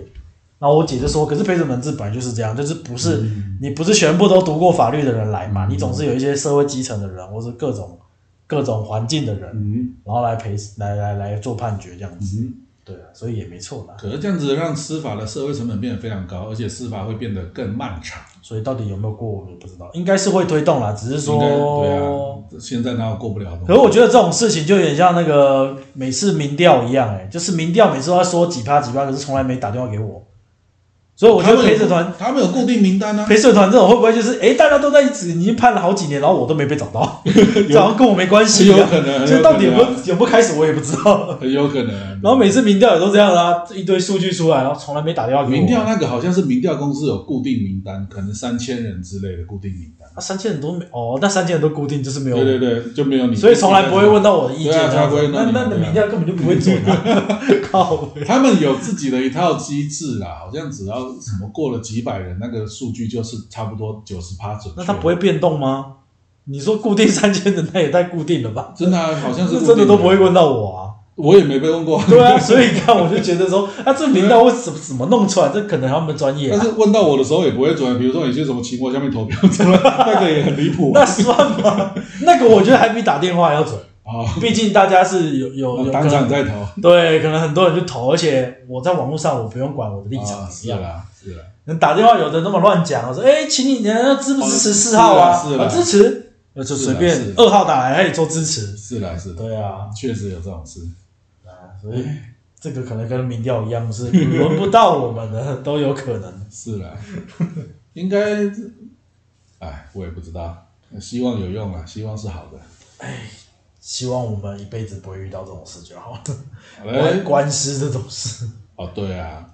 [SPEAKER 2] 然后我姐就说，可是陪审团制本来就是这样，就是不是、你不是全部都读过法律的人来
[SPEAKER 1] 嗯
[SPEAKER 2] 嘛，你总是有一些社会基层的人，或是各种各种环境的人，
[SPEAKER 1] 嗯
[SPEAKER 2] 然后来陪来来来做判决这样子。
[SPEAKER 1] 嗯。
[SPEAKER 2] 对啊，所以也没错啦。
[SPEAKER 1] 可是这样子让司法的社会成本变得非常高，而且司法会变得更漫长。
[SPEAKER 2] 所以到底有没有过，我也不知道，应该是会推动啦，只是
[SPEAKER 1] 应该对
[SPEAKER 2] 说。
[SPEAKER 1] 啊，现在哪有过不了的东西？
[SPEAKER 2] 可是我觉得这种事情就有点像那个每次民调一样、欸，就是民调每次都在说几趴几趴，可是从来没打电话给我，所以我觉得陪审团
[SPEAKER 1] 他们有固定名单啊，
[SPEAKER 2] 陪审团这种会不会就是，哎，大家都在一起，已经判了好几年，然后我都没被找
[SPEAKER 1] [laughs]
[SPEAKER 2] 到，这好像跟我没关系一
[SPEAKER 1] 有
[SPEAKER 2] 样。
[SPEAKER 1] 可 [laughs] 能，啊
[SPEAKER 2] 所以到底有没
[SPEAKER 1] 有可
[SPEAKER 2] 有有没有开始，我也不知道。
[SPEAKER 1] 能
[SPEAKER 2] [laughs]
[SPEAKER 1] 很有可能。啊
[SPEAKER 2] 然后每次民调也都这样啦、一堆数据出来，然后从来没打电话给我。
[SPEAKER 1] 啊民调那个好像是民调公司有固定名单，可能三千人之类的固定名单。
[SPEAKER 2] 啊三千人都没哦，那三千人都固定就是没有，
[SPEAKER 1] 对对对，就没有你，
[SPEAKER 2] 所以从来不会问。到我的意见。
[SPEAKER 1] 对啊从来不会问
[SPEAKER 2] 那
[SPEAKER 1] 到你
[SPEAKER 2] 那那
[SPEAKER 1] 对啊
[SPEAKER 2] 民调根本就不会准啊！ [laughs] 靠，
[SPEAKER 1] 他们有自己的一套机制啦，好像只要什么过了几百人，那个数据就是差不多九十趴准确。
[SPEAKER 2] 那它不会变动吗？你说固定三千人，那也太固定了吧？
[SPEAKER 1] 真的啊、好像是固
[SPEAKER 2] 这
[SPEAKER 1] 定 [laughs]
[SPEAKER 2] 真的都不会问到我啊。
[SPEAKER 1] 我也没被问过，
[SPEAKER 2] 对啊，所以看我就觉得说， [laughs] 啊，这频道为什么怎么弄出来？这可能他们专业、
[SPEAKER 1] 但
[SPEAKER 2] 啊，
[SPEAKER 1] 是问到我的时候也不会转，比如说有些什么情况下面投票，那个也很离谱啊。
[SPEAKER 2] 那算吗？ [laughs] 那个我觉得还比打电话要准，
[SPEAKER 1] 啊，
[SPEAKER 2] 毕竟大家是有有有
[SPEAKER 1] 当
[SPEAKER 2] 可能
[SPEAKER 1] 场在投，
[SPEAKER 2] 对，可能很多人就投，而且我在网络上我不用管我的立场
[SPEAKER 1] 啊
[SPEAKER 2] 怎
[SPEAKER 1] 是
[SPEAKER 2] 么样。
[SPEAKER 1] 啦，是啦，
[SPEAKER 2] 人打电话有的那么乱讲，我说哎，请你要支不支持四号啊？
[SPEAKER 1] 是啦
[SPEAKER 2] 啊
[SPEAKER 1] 是啦
[SPEAKER 2] 支持，我就是随
[SPEAKER 1] 啦
[SPEAKER 2] 便
[SPEAKER 1] 是啦
[SPEAKER 2] 二号打来，他也说支持。
[SPEAKER 1] 是啦，是的，
[SPEAKER 2] 对啊，
[SPEAKER 1] 确实有这种事。
[SPEAKER 2] 啊，所以这个可能跟民调一样，是轮不到我们的， [laughs] 都有可能。
[SPEAKER 1] 是啦，应该，哎，我也不知道，希望有用啊，希望是好的。
[SPEAKER 2] 希望我们一辈子不会遇到这种事就好了。
[SPEAKER 1] 好
[SPEAKER 2] 哎
[SPEAKER 1] 嘞，
[SPEAKER 2] 官司这种事，
[SPEAKER 1] 哦，对啊，